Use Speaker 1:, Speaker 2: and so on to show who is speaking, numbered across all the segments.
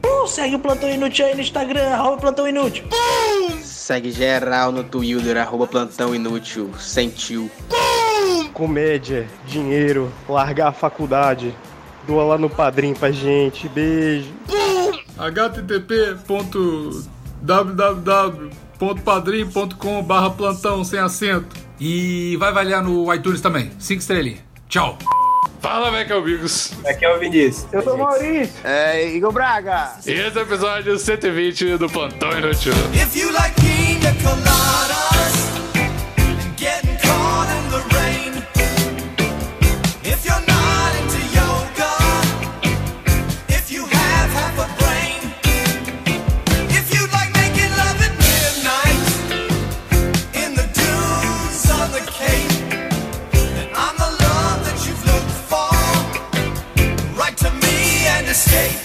Speaker 1: Então segue o Plantão Inútil aí no Instagram, arroba Plantão Inútil.
Speaker 2: Segue geral no Twitter, arroba Plantão Inútil, sentiu.
Speaker 3: Comédia, dinheiro, largar a faculdade. Doa lá no padrinho pra gente. Beijo.
Speaker 4: http.www.padrim.com barra plantão sem acento. E vai avaliar no iTunes também. Cinco estrelinhas. Tchau. Fala, Mecalbigos.
Speaker 5: Aqui é o Vinícius.
Speaker 3: Eu sou Maurício.
Speaker 6: É, Igor Braga.
Speaker 4: Esse é o episódio 120 do Plantão Inútil.
Speaker 7: If you like pina coladas and getting caught in the rain, if you're not into yoga, if you have half a brain, if you like making love at midnight in the dunes on the cape, then I'm the love that you've looked for. Write to me and escape.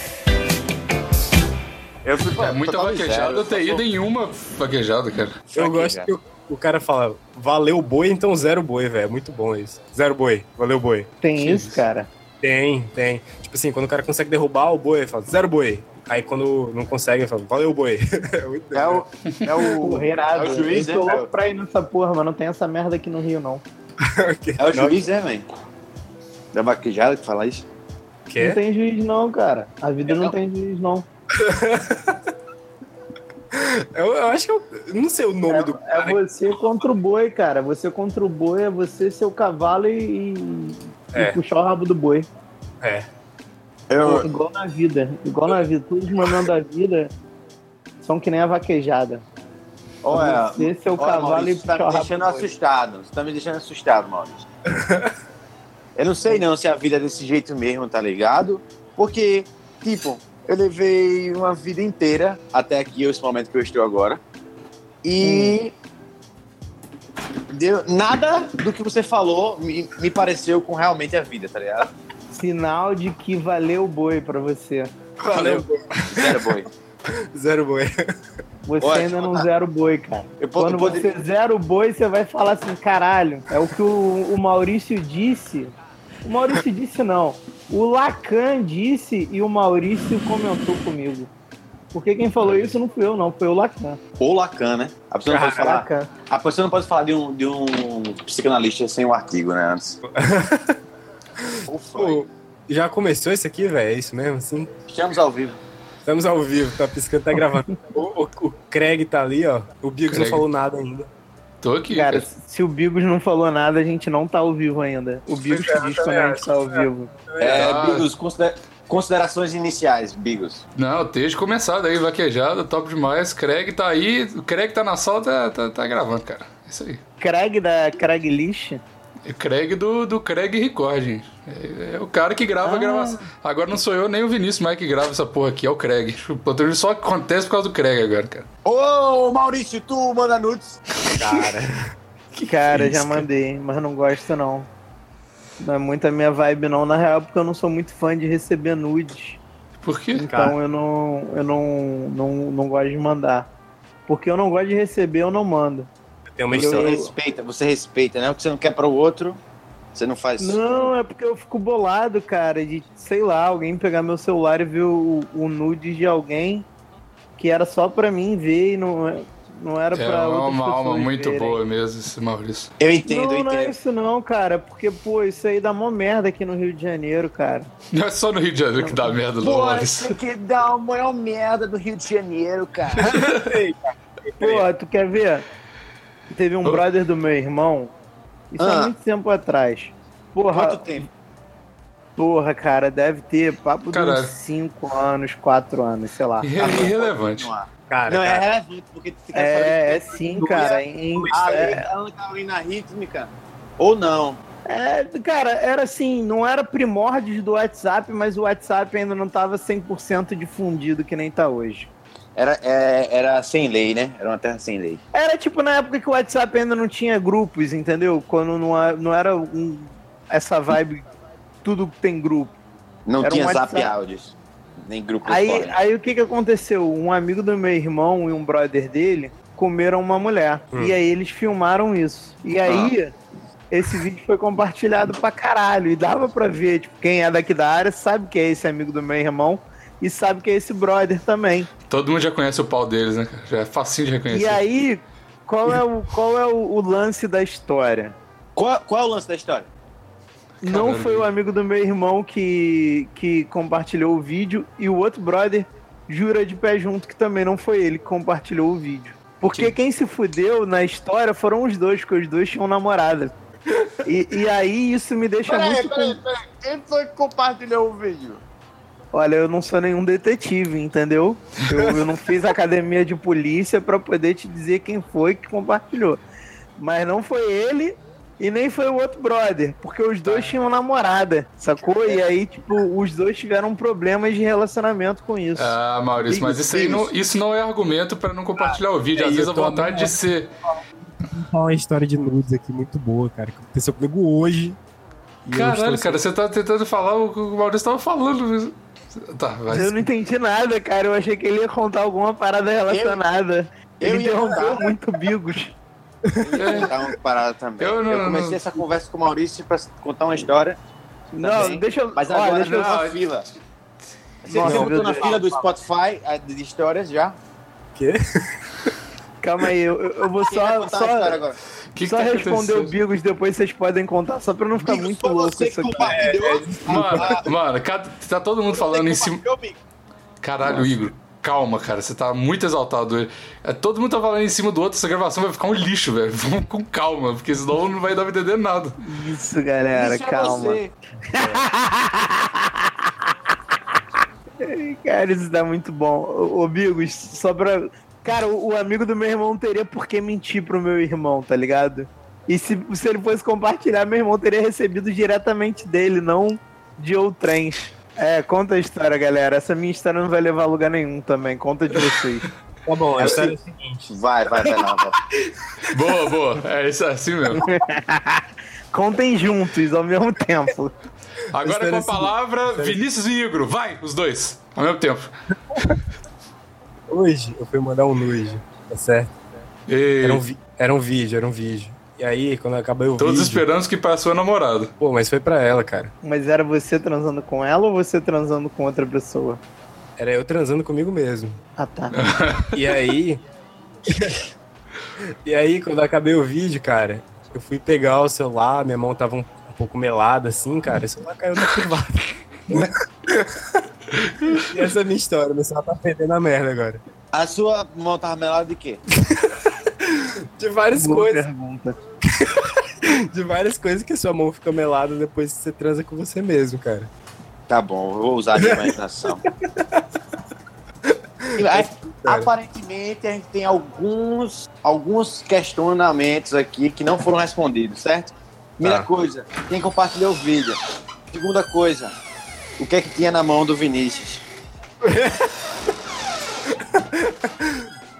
Speaker 6: Eu fui pra,
Speaker 4: É muita
Speaker 6: total
Speaker 4: vaquejada.
Speaker 6: zero,
Speaker 4: Eu ter
Speaker 6: só
Speaker 4: ido em uma vaquejada, cara.
Speaker 6: sou-
Speaker 5: Eu gosto que o, o cara fala, valeu boi, então zero boi, velho. É Muito bom isso. Zero boi, valeu boi.
Speaker 8: Tem
Speaker 4: Jesus.
Speaker 8: isso, cara.
Speaker 5: Tem, tem. Tipo assim, quando o cara consegue derrubar o boi, ele fala, zero boi. Aí quando não consegue, ele fala, valeu boi. É muito
Speaker 6: É
Speaker 5: legal.
Speaker 6: o, é o,
Speaker 8: Porreirado.
Speaker 6: é o juiz,
Speaker 8: eu
Speaker 6: né?
Speaker 8: tô
Speaker 6: cara?
Speaker 8: louco pra ir nessa porra, mas não tem essa merda aqui no Rio, não.
Speaker 5: Ok.
Speaker 6: É o
Speaker 5: Não,
Speaker 6: juiz, é, velho? Da vaquejada que fala isso?
Speaker 8: Não
Speaker 6: É?
Speaker 5: quer?
Speaker 8: tem juiz, não, cara. A vida não tem juiz, não.
Speaker 5: Eu, eu acho que eu, eu não sei o nome do
Speaker 8: É
Speaker 5: cara.
Speaker 8: você contra o boi, cara. Você contra o boi, é você ser o cavalo e, e
Speaker 5: É.
Speaker 8: puxar o rabo do boi.
Speaker 5: É.
Speaker 6: Eu,
Speaker 8: Igual na vida. Igual na vida. Todos os momentos da vida são que nem a vaquejada.
Speaker 6: olha,
Speaker 8: você ser o
Speaker 6: é olha,
Speaker 8: cavalo e
Speaker 6: Maurício,
Speaker 8: puxar o
Speaker 6: tá me
Speaker 8: rabo do
Speaker 6: deixando
Speaker 8: boi.
Speaker 6: assustado. Você tá me deixando assustado, Maurício. eu não sei não se a vida é desse jeito mesmo, tá ligado? Porque, tipo, eu levei uma vida inteira até aqui, esse momento que eu estou agora. E... Deu, nada do que você falou me, me pareceu com realmente a vida, tá ligado?
Speaker 8: Sinal de que valeu o boi pra você.
Speaker 5: Valeu,
Speaker 6: Zero boi.
Speaker 5: zero boi.
Speaker 8: Você
Speaker 6: Ótimo.
Speaker 8: ainda não zera o boi, cara.
Speaker 6: Eu po-
Speaker 8: Quando
Speaker 6: eu poderia-
Speaker 8: você zera o boi, você vai falar assim, caralho, é o que o, o Maurício disse. O Maurício disse não. O Lacan disse e o Maurício comentou comigo. Porque quem falou isso não fui eu, não, foi o Lacan.
Speaker 6: Ou Lacan, né? A pessoa
Speaker 5: Ah,
Speaker 6: não pode
Speaker 5: tá.
Speaker 6: falar.
Speaker 8: Lacan.
Speaker 6: A pessoa não pode falar de um, de um psicanalista sem um artigo, né? Antes. Ou foi.
Speaker 5: Pô, já começou isso aqui, velho? É isso mesmo, assim?
Speaker 6: Estamos ao vivo.
Speaker 5: Estamos ao vivo, tá piscando, tá gravando. O, o, o Craig tá ali, ó. O Bigos não
Speaker 4: Craig.
Speaker 5: falou nada ainda.
Speaker 4: Tô aqui.
Speaker 8: Cara,
Speaker 4: Cara,
Speaker 8: se o Bigos não falou nada, a gente não tá ao vivo ainda. O Bigos
Speaker 5: Pois é,
Speaker 8: diz
Speaker 5: eu
Speaker 8: quando
Speaker 5: também
Speaker 8: a gente tá ao vivo.
Speaker 6: É,
Speaker 4: Ah.
Speaker 6: Bigos, considera- considerações iniciais, Bigos.
Speaker 4: Não, desde começado aí, vaquejada, top demais. Craig tá aí, o Craig tá na sala, tá, tá, tá gravando, cara. Isso aí.
Speaker 8: Craig da Craig List?
Speaker 4: É Craig do, do Craig Record, gente. É, é o cara que
Speaker 8: Ah.
Speaker 4: grava a gravação. Agora não sou eu nem o Vinícius mais que grava essa porra aqui, é o Craig. O Plantão só acontece por causa do Craig agora, cara.
Speaker 6: Ô, Maurício, tu manda nudes.
Speaker 4: é
Speaker 8: Cara, já mandei, mas não gosto não. Não é muito a minha vibe não, na real, porque eu não sou muito fã de receber nudes.
Speaker 4: Por quê?
Speaker 8: Então eu não, eu não, não, não gosto de mandar. Porque eu não gosto de receber, eu não mando.
Speaker 5: Tem uma
Speaker 6: Você
Speaker 5: história.
Speaker 6: respeita, você respeita, né? O que você não quer para o outro, você não faz.
Speaker 8: Não, é porque eu fico bolado, cara, de, sei lá, alguém pegar meu celular e ver o, o nude de alguém que era só pra mim ver e não, não era
Speaker 4: É
Speaker 8: pra outras
Speaker 4: uma alma
Speaker 8: pessoas
Speaker 4: muito
Speaker 8: verem.
Speaker 4: boa mesmo, esse Maurício.
Speaker 6: Eu entendo, eu
Speaker 8: não, não é
Speaker 6: entendo.
Speaker 8: isso não, cara, porque, pô, isso aí dá mó merda aqui no Rio de Janeiro, cara.
Speaker 4: Não é só no Rio de Janeiro que dá merda, não, Maurício.
Speaker 6: que dá a maior merda do Rio de Janeiro, cara.
Speaker 8: Pô, tu quer ver? Teve um
Speaker 4: Ô.
Speaker 8: brother do meu irmão, isso
Speaker 6: Ah.
Speaker 8: há muito tempo atrás. Porra,
Speaker 6: Quanto tempo?
Speaker 8: porra, cara, deve ter papo de
Speaker 4: Caralho.
Speaker 8: uns 5 anos, 4 anos, sei lá.
Speaker 4: Irre- Irrelevante.
Speaker 6: Não,
Speaker 5: Cara,
Speaker 6: não é
Speaker 5: cara,
Speaker 6: relevante, porque você quer saber
Speaker 8: É, é sim, cara. em-
Speaker 6: A lei
Speaker 8: é,
Speaker 6: da Ana Carolina rítmica. Ou não.
Speaker 8: é, cara, era assim, não era primórdios do WhatsApp, mas o WhatsApp ainda não tava 100% difundido que nem tá hoje.
Speaker 6: Era, é, era sem lei, né? Era uma terra sem lei.
Speaker 8: Era tipo na época que o WhatsApp ainda não tinha grupos, entendeu? Quando não, é- não era um- essa vibe, tudo tem grupo.
Speaker 6: Não
Speaker 8: Era um
Speaker 6: tinha zap
Speaker 8: WhatsApp.
Speaker 6: áudios. Nem grupo
Speaker 8: Aí,
Speaker 6: fora.
Speaker 8: aí o que que aconteceu? Um amigo do meu irmão e um brother dele comeram uma mulher.
Speaker 5: Hum.
Speaker 8: E aí eles filmaram isso. E aí esse vídeo foi compartilhado pra caralho. E dava pra ver, tipo, quem é daqui da área sabe que é esse amigo do meu irmão e sabe que é esse brother também.
Speaker 4: Todo mundo já conhece o pau deles, né? cara? Já é facinho de reconhecer.
Speaker 8: E aí, qual é o, qual é o, o lance da história?
Speaker 6: Qual, qual é o lance da história?
Speaker 8: Não
Speaker 4: Caramba.
Speaker 8: foi o amigo do meu irmão que, que compartilhou o vídeo e o outro brother jura de pé junto que também não foi ele que compartilhou o vídeo. Porque quem se fudeu na história foram os dois, porque os dois tinham namorada. E, e aí isso me deixa muito. com-
Speaker 6: peraí. Quem foi que compartilhou o vídeo?
Speaker 8: Olha, eu não sou nenhum detetive, entendeu? Eu, eu não fiz academia de polícia pra poder te dizer quem foi que compartilhou. Mas não foi ele e nem foi o outro brother, porque os dois
Speaker 6: Tá.
Speaker 8: tinham namorada, sacou? E aí, tipo, os dois tiveram problemas de relacionamento com isso.
Speaker 4: Ah, Maurício, mas isso aí não, isso não é argumento pra não compartilhar
Speaker 8: Ah,
Speaker 4: o
Speaker 8: é
Speaker 4: vídeo. Às vezes a vontade de ser.
Speaker 5: Falar uma história de nudes aqui muito boa, cara. Que aconteceu comigo hoje. E eu
Speaker 4: Caralho,
Speaker 5: estou-
Speaker 4: cara, você tá tentando falar o que o Maurício tava falando. Tá, vai.
Speaker 8: Eu não entendi nada, cara. Eu achei que ele ia contar alguma parada relacionada.
Speaker 6: eu
Speaker 8: ele
Speaker 6: ia
Speaker 8: interrompeu
Speaker 6: contar.
Speaker 8: muito o Bigos.
Speaker 4: É.
Speaker 6: Contar Tá uma parada também.
Speaker 4: Eu
Speaker 6: Eu,
Speaker 4: não-
Speaker 6: comecei
Speaker 4: não-
Speaker 6: essa conversa com o Maurício pra contar uma história,
Speaker 8: Não,
Speaker 6: bem.
Speaker 8: deixa eu.
Speaker 6: mas
Speaker 8: olha,
Speaker 6: agora
Speaker 8: deixa eu-
Speaker 6: não, na
Speaker 4: eu-
Speaker 6: fila. Você,
Speaker 8: Nossa,
Speaker 6: você
Speaker 8: meu
Speaker 6: botou na
Speaker 8: Deus.
Speaker 6: fila do Spotify a de histórias já?
Speaker 8: Calma aí, eu, eu- eu vou
Speaker 6: Quem vai
Speaker 8: só.
Speaker 6: contar a
Speaker 8: só...
Speaker 6: história agora?
Speaker 4: Que que
Speaker 8: só
Speaker 4: tá
Speaker 8: responder o
Speaker 4: acontecendo?
Speaker 8: Bigos, depois vocês podem contar, só pra não ficar Tá muito louco isso aqui.
Speaker 4: Mano, mano, cada- tá todo mundo tá falando em cima. Caralho, Igor. Calma, cara, você tá muito exaltado. hoje. É, Todo mundo tá falando em cima do outro, essa gravação vai ficar um lixo, velho. Vamos com calma, porque senão não vai dar pra entender nada.
Speaker 8: Isso, galera,
Speaker 6: é
Speaker 8: calma. Cara, isso dá muito bom. Ô, ô, Bigos, só pra. Cara, o, o amigo do meu irmão não teria por que mentir pro meu irmão, tá ligado? E se, se ele fosse compartilhar, meu irmão teria recebido diretamente dele, não de outrens. É, conta a história, galera. Essa minha história não vai levar a lugar nenhum também. Conta de vocês.
Speaker 5: Tá bom, a história é a seguinte.
Speaker 6: Vai, vai, vai lá. vai.
Speaker 4: Boa, boa. É isso é assim mesmo.
Speaker 8: Contem juntos, ao mesmo tempo.
Speaker 4: Agora
Speaker 5: Espera
Speaker 4: com a
Speaker 5: assim,
Speaker 4: palavra, Vinícius e Igor. Vai, os dois. Ao mesmo tempo.
Speaker 5: Hoje eu fui mandar um nude, tá certo?
Speaker 4: E
Speaker 5: Era um, vi- era um vídeo, era um vídeo. E aí, quando eu acabei o
Speaker 4: todos
Speaker 5: vídeo...
Speaker 4: esperamos que passou a namorada.
Speaker 5: Pô, mas foi pra ela, cara.
Speaker 8: Mas era você transando com ela ou você transando com outra pessoa?
Speaker 5: Era eu transando comigo mesmo.
Speaker 8: Ah, tá.
Speaker 5: E aí... e aí, quando eu acabei o vídeo, cara, eu fui pegar o celular, minha mão tava um, um pouco melada, assim, cara, o celular caiu na privada. e essa é a minha história, meu celular tá perdendo a merda agora.
Speaker 6: A sua mão tava melada de quê?
Speaker 5: De várias
Speaker 8: Boa
Speaker 5: coisas,
Speaker 8: pergunta.
Speaker 5: de várias coisas que sua mão fica melada depois que você transa com você mesmo, cara.
Speaker 6: Tá bom, eu vou usar a minha imaginação. Aí, é, aparentemente a gente tem alguns, alguns questionamentos aqui que não foram respondidos, certo? Primeira
Speaker 5: Tá.
Speaker 6: coisa, quem compartilhou o vídeo. Segunda coisa, o que é que tinha na mão do Vinícius?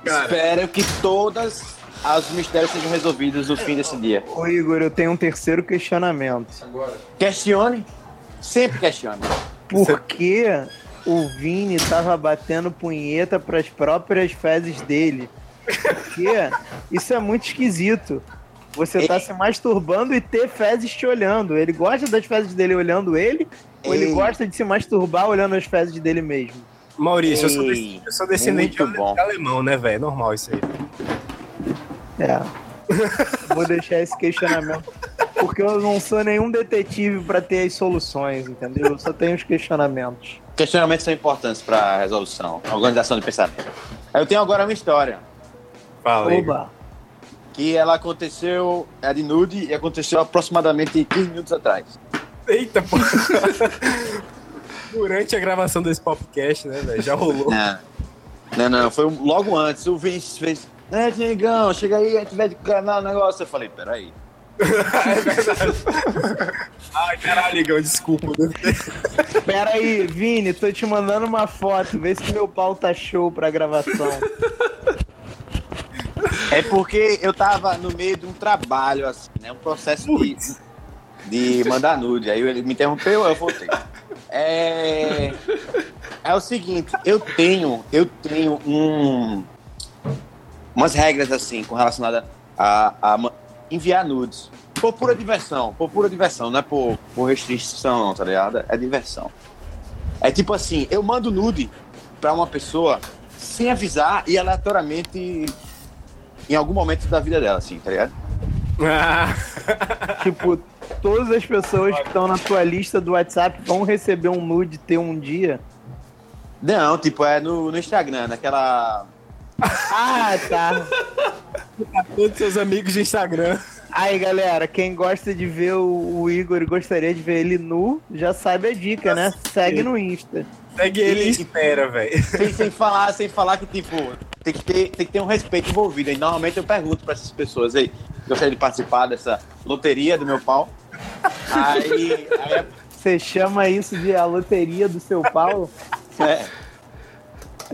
Speaker 6: Espero que todas as mistérios sejam resolvidos no fim desse dia.
Speaker 8: Ô, Igor, eu tenho um terceiro questionamento.
Speaker 6: Questione, sempre questione.
Speaker 8: Por que o Vini tava batendo punheta pras próprias fezes dele? Porque isso é muito esquisito. Você tá
Speaker 6: Ei.
Speaker 8: se masturbando e ter fezes te olhando. Ele gosta das fezes dele olhando ele, ou ele
Speaker 6: Ei.
Speaker 8: gosta de se masturbar olhando as fezes dele mesmo?
Speaker 5: Maurício, eu sou,
Speaker 6: Ei,
Speaker 5: desc- eu sou descendente de
Speaker 6: muito bom.
Speaker 5: alemão, né, velho? Normal isso aí.
Speaker 8: É. Vou deixar esse questionamento. Porque eu não sou nenhum detetive pra ter as soluções, entendeu? Eu só tenho os questionamentos.
Speaker 6: Questionamentos são importantes para a resolução, a organização do pensamento. Eu tenho agora uma história,
Speaker 5: Fala aí.
Speaker 8: Oba!
Speaker 6: que ela aconteceu, é de nude, e aconteceu aproximadamente 15 minutos atrás.
Speaker 5: Eita, pô. Durante a gravação desse podcast, né, velho? Já rolou.
Speaker 6: Não, É. não, não, foi um- logo antes. O Vinícius fez, né, Tinigão, chega aí, a gente vai canal o negócio. Eu falei, peraí.
Speaker 5: Ai, caralho, Igão, desculpa. né?
Speaker 8: Pera aí, Vini, tô te mandando uma foto. Vê se meu pau tá show pra gravação.
Speaker 6: É porque eu tava no meio de um trabalho, assim, né, um processo de, de mandar nude. Aí ele me interrompeu, eu voltei. É, é o seguinte, eu tenho, eu tenho um, umas regras assim com relacionada a, a ma- enviar nudes. Por pura diversão, por pura diversão, não é por, por restrição, não, tá ligado? É diversão. É tipo assim, eu mando nude pra uma pessoa sem avisar e aleatoriamente em algum momento da vida dela, assim, tá ligado?
Speaker 8: Tipo, todas as pessoas que estão na tua lista do WhatsApp vão receber um nude teu um dia.
Speaker 6: Não, tipo, é no, no Instagram, naquela.
Speaker 8: Ah, tá.
Speaker 5: todos seus amigos de Instagram.
Speaker 8: Aí, galera, quem gosta de ver o, o Igor e gostaria de ver ele nu, já sabe a dica, né? Segue no Insta.
Speaker 5: Segue ele e espera, velho.
Speaker 6: Sem, sem falar, sem falar que, tipo, tem que, ter, tem que ter um respeito envolvido. E normalmente eu pergunto pra essas pessoas aí, gostaria de participar dessa loteria do meu pau. Aí, aí a
Speaker 8: Você chama isso de a loteria do seu pau?
Speaker 6: É.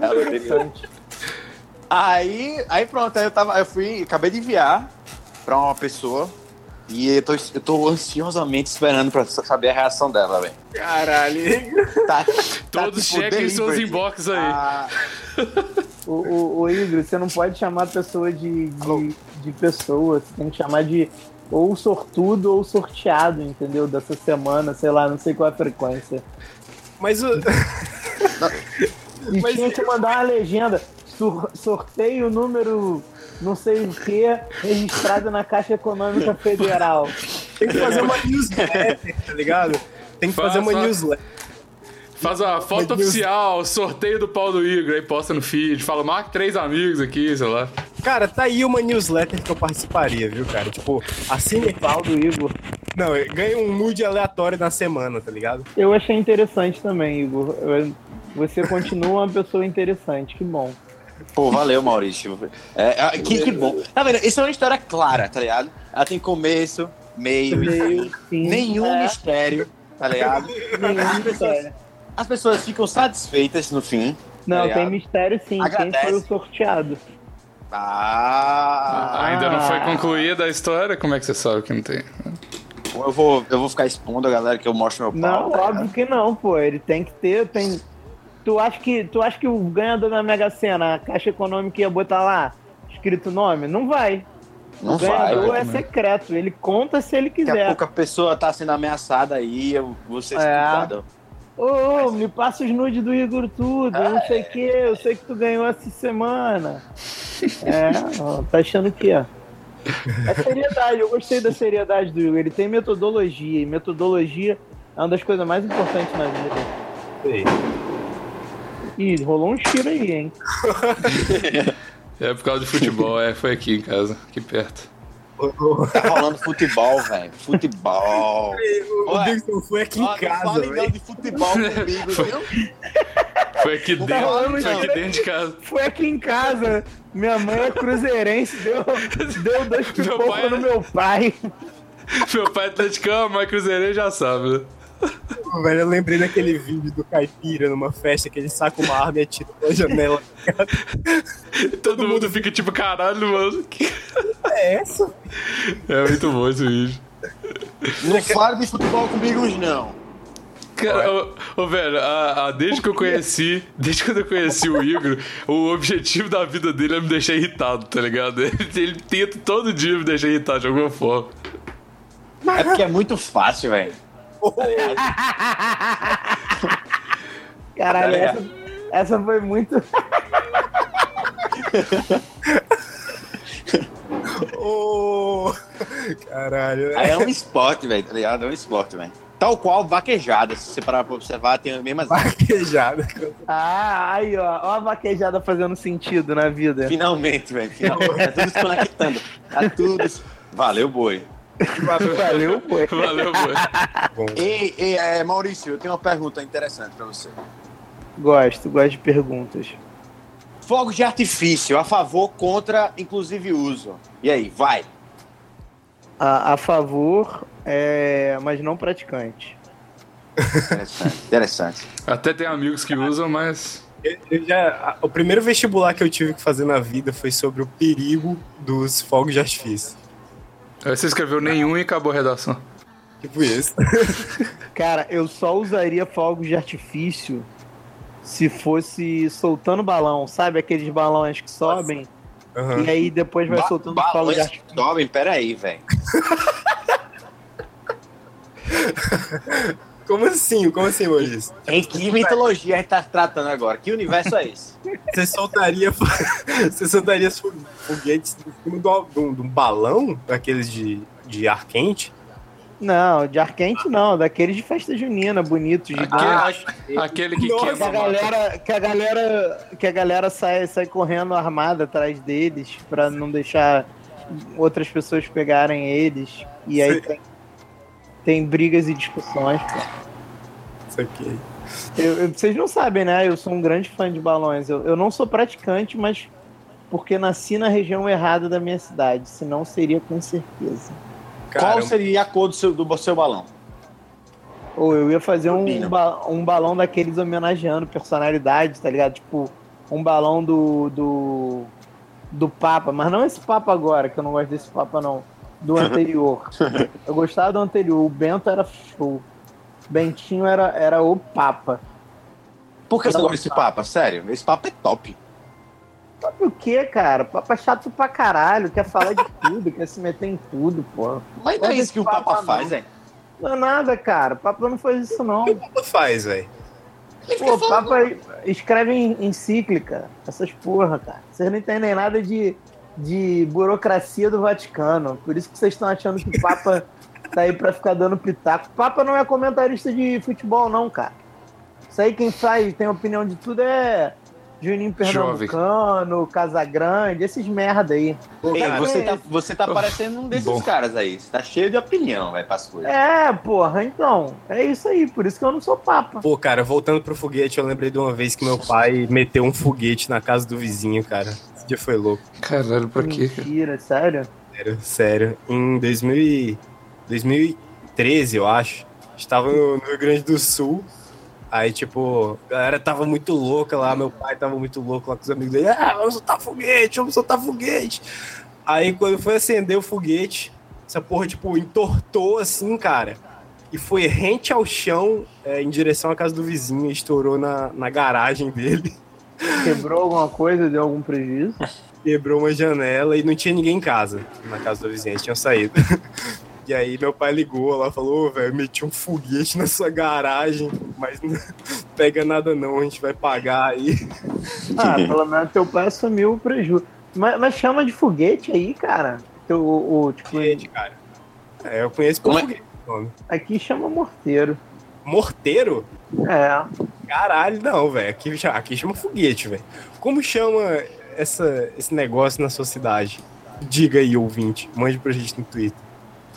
Speaker 6: É interessante. Aí, aí pronto, aí eu tava, eu fui, acabei de enviar pra uma pessoa e eu tô, eu tô ansiosamente esperando pra saber a reação dela, velho.
Speaker 5: Caralho.
Speaker 6: Tá,
Speaker 4: Todos
Speaker 6: tipo,
Speaker 4: chequem seus
Speaker 6: delivered.
Speaker 4: inbox aí.
Speaker 6: Ah,
Speaker 8: O, o, o Igor, você não pode chamar a pessoa de, de, de pessoa, você tem que chamar de ou sortudo ou sorteado, entendeu? Dessa semana, sei lá, não sei qual é a frequência.
Speaker 5: Mas o.
Speaker 8: E
Speaker 5: Mas-
Speaker 8: tinha que mandar uma legenda. Sur sorteio número não sei o que, registrado na Caixa Econômica Federal.
Speaker 5: Tem que fazer uma newsletter, tá ligado? Tem que fazer uma
Speaker 4: Faça-
Speaker 5: newsletter.
Speaker 4: Faz a foto
Speaker 5: Deus.
Speaker 4: oficial, sorteio do pau do Igor, aí posta no feed, fala, marca três amigos aqui, sei lá.
Speaker 5: Cara, tá aí uma newsletter que eu participaria, viu, cara? Tipo, assine
Speaker 8: Pau do Igor.
Speaker 5: Não, ganha um nude aleatório na semana, tá ligado?
Speaker 8: Eu achei interessante também, Igor. Eu- Você continua uma pessoa interessante, que bom.
Speaker 6: pô, valeu, Maurício. É, ah, que, que bom. Tá vendo? Isso é uma história clara, tá ligado? Ela tem começo, meio, e fim.
Speaker 8: Sim,
Speaker 6: Nenhum
Speaker 8: é,
Speaker 6: mistério, tá ligado?
Speaker 8: nenhum mistério.
Speaker 6: As pessoas ficam satisfeitas no fim.
Speaker 8: Não,
Speaker 6: Tá
Speaker 8: tem
Speaker 6: ligado?
Speaker 8: mistério sim. Quem
Speaker 6: Agradece.
Speaker 8: foi o sorteado?
Speaker 6: Ah,
Speaker 4: Ainda não foi concluída a história? Como é que você sabe que não tem?
Speaker 6: eu vou, eu vou ficar expondo a galera que eu mostro meu pau.
Speaker 8: Não,
Speaker 6: tá ligado?
Speaker 8: óbvio que não, pô. Ele tem que ter, tem. Tu acha que, tu acha que o ganhador da Mega Sena, a Caixa Econômica ia botar lá escrito nome? Não vai.
Speaker 6: Não
Speaker 8: o ganhador
Speaker 6: vai.
Speaker 8: é secreto. Ele conta se ele
Speaker 6: Daqui a
Speaker 8: quiser.
Speaker 6: pouco a pessoa tá sendo ameaçada aí, eu vou ser
Speaker 8: É.
Speaker 6: escutado.
Speaker 8: Ô, ô, me passa os nudes do Igor tudo, eu não sei o que, eu sei que tu ganhou essa semana. É, ó, tá achando que, ó. É seriedade, eu gostei da seriedade do Igor. Ele tem metodologia, e metodologia é uma das coisas mais importantes na vida.
Speaker 5: Sei.
Speaker 8: Ih, rolou um tiro aí, hein?
Speaker 4: É por causa de futebol, é, foi aqui em casa, aqui perto.
Speaker 6: Tá rolando futebol, velho. Futebol.
Speaker 5: O
Speaker 6: Ué,
Speaker 5: Dixon foi aqui
Speaker 6: ó,
Speaker 5: em
Speaker 6: não
Speaker 5: casa,
Speaker 6: fale não
Speaker 5: velho.
Speaker 6: de futebol comigo, viu?
Speaker 4: Foi aqui dentro,
Speaker 6: rolando,
Speaker 4: foi
Speaker 6: não.
Speaker 4: aqui dentro de casa.
Speaker 8: Foi aqui em casa, minha mãe é cruzeirense, deu, deu dois
Speaker 4: Meu pai
Speaker 8: pipocos
Speaker 6: é-
Speaker 4: era-
Speaker 8: no meu pai.
Speaker 4: Meu pai é atleticano, mas cruzeirense já sabe, né?
Speaker 5: Velho, eu lembrei daquele vídeo do Caipira numa festa que ele saca uma arma e atira pela janela.
Speaker 4: Todo, mundo, fica tipo, caralho, mano. que-
Speaker 5: É essa?
Speaker 4: É muito bom esse vídeo.
Speaker 6: Não fale de futebol comigo, não.
Speaker 4: Cara, ô, ô, velho, a- a- desde que eu conheci, desde quando eu conheci o Igor, o objetivo da vida dele é me deixar irritado, tá ligado? Ele, ele tenta todo dia me deixar irritado de alguma forma.
Speaker 6: É porque é muito fácil, velho.
Speaker 8: Caralho,
Speaker 6: É.
Speaker 8: essa, essa foi muito.
Speaker 5: Ô, Caralho.
Speaker 6: é Aí é um esporte, velho, tá ligado? É um esporte, velho. Tal qual vaquejada, se você parar pra observar, tem as mesmas.
Speaker 5: Vaquejada.
Speaker 8: Ah, aí, ó. Ó a vaquejada fazendo sentido na vida.
Speaker 6: Finalmente, velho. Finalmente. Tá tudo se conectando. Tá tudo. se- Valeu, boi.
Speaker 8: Valeu, pô.
Speaker 4: Valeu, mano.
Speaker 6: Ei, ei, é, Maurício, eu tenho uma pergunta interessante pra você.
Speaker 8: Gosto, gosto de perguntas.
Speaker 6: Fogos de artifício, a favor, contra, inclusive uso. E aí, vai.
Speaker 8: A, a favor, é, mas não praticante.
Speaker 6: Interessante, interessante.
Speaker 4: Até tem amigos que usam, mas.
Speaker 5: Eu- eu já- a- o primeiro vestibular que eu tive que fazer na vida foi sobre o perigo dos fogos de artifício.
Speaker 4: Aí você escreveu nenhum e acabou a redação.
Speaker 5: Tipo isso.
Speaker 8: Cara, eu só usaria fogos de artifício se fosse soltando balão, sabe? Aqueles balões que sobem
Speaker 5: Aham.
Speaker 8: e aí depois vai
Speaker 6: Ba-
Speaker 8: soltando
Speaker 6: balões
Speaker 8: fogos de
Speaker 6: que
Speaker 8: artifício.
Speaker 6: sobem, peraí, velho.
Speaker 5: Como assim? Como assim, Maurício?
Speaker 6: Em que mitologia a gente tá tratando agora? Que universo é esse?
Speaker 5: Você soltaria, você soltaria fo- foguetes em cima de um- de um, de um balão, daqueles de, de ar quente?
Speaker 8: Não, de ar quente não, daqueles de festa junina, bonitos, de
Speaker 4: Aquele, aquele que
Speaker 5: Nossa,
Speaker 8: que
Speaker 4: quebra
Speaker 8: a
Speaker 4: a mata.
Speaker 8: galera, que a galera, que a galera sai, sai correndo armada atrás deles pra não deixar outras pessoas pegarem eles. E aí
Speaker 5: Sim.
Speaker 8: tem, tem brigas e discussões. pô.
Speaker 5: Isso aqui.
Speaker 8: Eu- eu- vocês não sabem, né? Eu sou um grande fã de balões. Eu, eu não sou praticante, mas porque nasci na região errada da minha cidade. Senão seria com certeza.
Speaker 5: Cara,
Speaker 6: Qual seria a cor do seu, do seu balão?
Speaker 8: Ou eu ia fazer um,
Speaker 6: Combina.
Speaker 8: ba- um balão daqueles homenageando personalidade, tá ligado? Tipo, um balão do, do. do Papa, mas não esse Papa agora, que eu não gosto desse Papa, não. Do anterior. eu gostava do anterior, o Bento era show. Bentinho era, era o Papa.
Speaker 6: Por que você
Speaker 8: Não,
Speaker 6: gosta desse papa? Sério, esse papa é top.
Speaker 8: Papa o quê, cara? Papa é chato pra caralho, quer falar de tudo, quer se meter em tudo, pô.
Speaker 6: Mas não é
Speaker 8: Olha
Speaker 6: isso que o
Speaker 8: esse
Speaker 6: papa
Speaker 8: papa,
Speaker 6: faz, é?
Speaker 8: Não é nada, cara. O Papa não faz isso, não.
Speaker 5: o que o Papa faz, velho?
Speaker 8: Pô, o Papa escreve em encíclica, essas porra, cara. Vocês não entendem nada de, de burocracia do Vaticano. Por isso que vocês estão achando que o Papa tá aí pra ficar dando pitaco. O Papa não é comentarista de futebol, não, cara. Isso aí quem faz, tem opinião de tudo é Juninho
Speaker 4: Jovem.
Speaker 8: Pernambucano, Casagrande, esses merda aí.
Speaker 6: Ei,
Speaker 8: cara,
Speaker 6: você,
Speaker 8: é
Speaker 6: tá, você tá parecendo um desses
Speaker 4: Bom.
Speaker 6: caras aí. Você tá cheio de opinião, vai pras coisas.
Speaker 8: É, porra, então. É isso aí, por isso que eu não sou Papa.
Speaker 5: Pô, cara, voltando pro foguete, eu lembrei de uma vez que meu pai meteu um foguete na casa do vizinho, cara. Esse dia foi louco.
Speaker 4: Caralho, pra quê? cara?
Speaker 8: Mentira, sério.
Speaker 5: Sério, sério. Em 2000 e- 2013, eu acho. Estava no, no Rio Grande do Sul. Aí, tipo, a galera tava muito louca lá. Meu pai tava muito louco lá com os amigos dele. Ah, vamos soltar foguete, vamos soltar foguete. Aí, quando foi acender o foguete, essa porra, tipo, entortou assim, cara. E foi rente ao chão, é, em direção à casa do vizinho. Estourou na, na garagem dele.
Speaker 8: Quebrou alguma coisa, deu algum prejuízo?
Speaker 5: quebrou uma janela e não tinha ninguém em casa, na casa do vizinho, eles tinham saído. E aí meu pai ligou lá, falou, "Ô, velho, meti um foguete na sua garagem, mas não pega nada não, a gente vai pagar aí.
Speaker 8: Ah, pelo menos teu pai assumiu o prejuízo. Mas, mas chama de foguete aí, cara. Teu- o, o, tipo,
Speaker 5: Foguete, cara. É, eu conheço por
Speaker 6: Como é?
Speaker 5: foguete. o nome.
Speaker 8: aqui chama morteiro.
Speaker 5: Morteiro?
Speaker 8: É.
Speaker 5: Caralho, não, velho. Aqui, cha- aqui chama foguete, velho. Como chama essa, esse negócio na sua cidade? Diga aí, ouvinte. Mande pra gente no Twitter.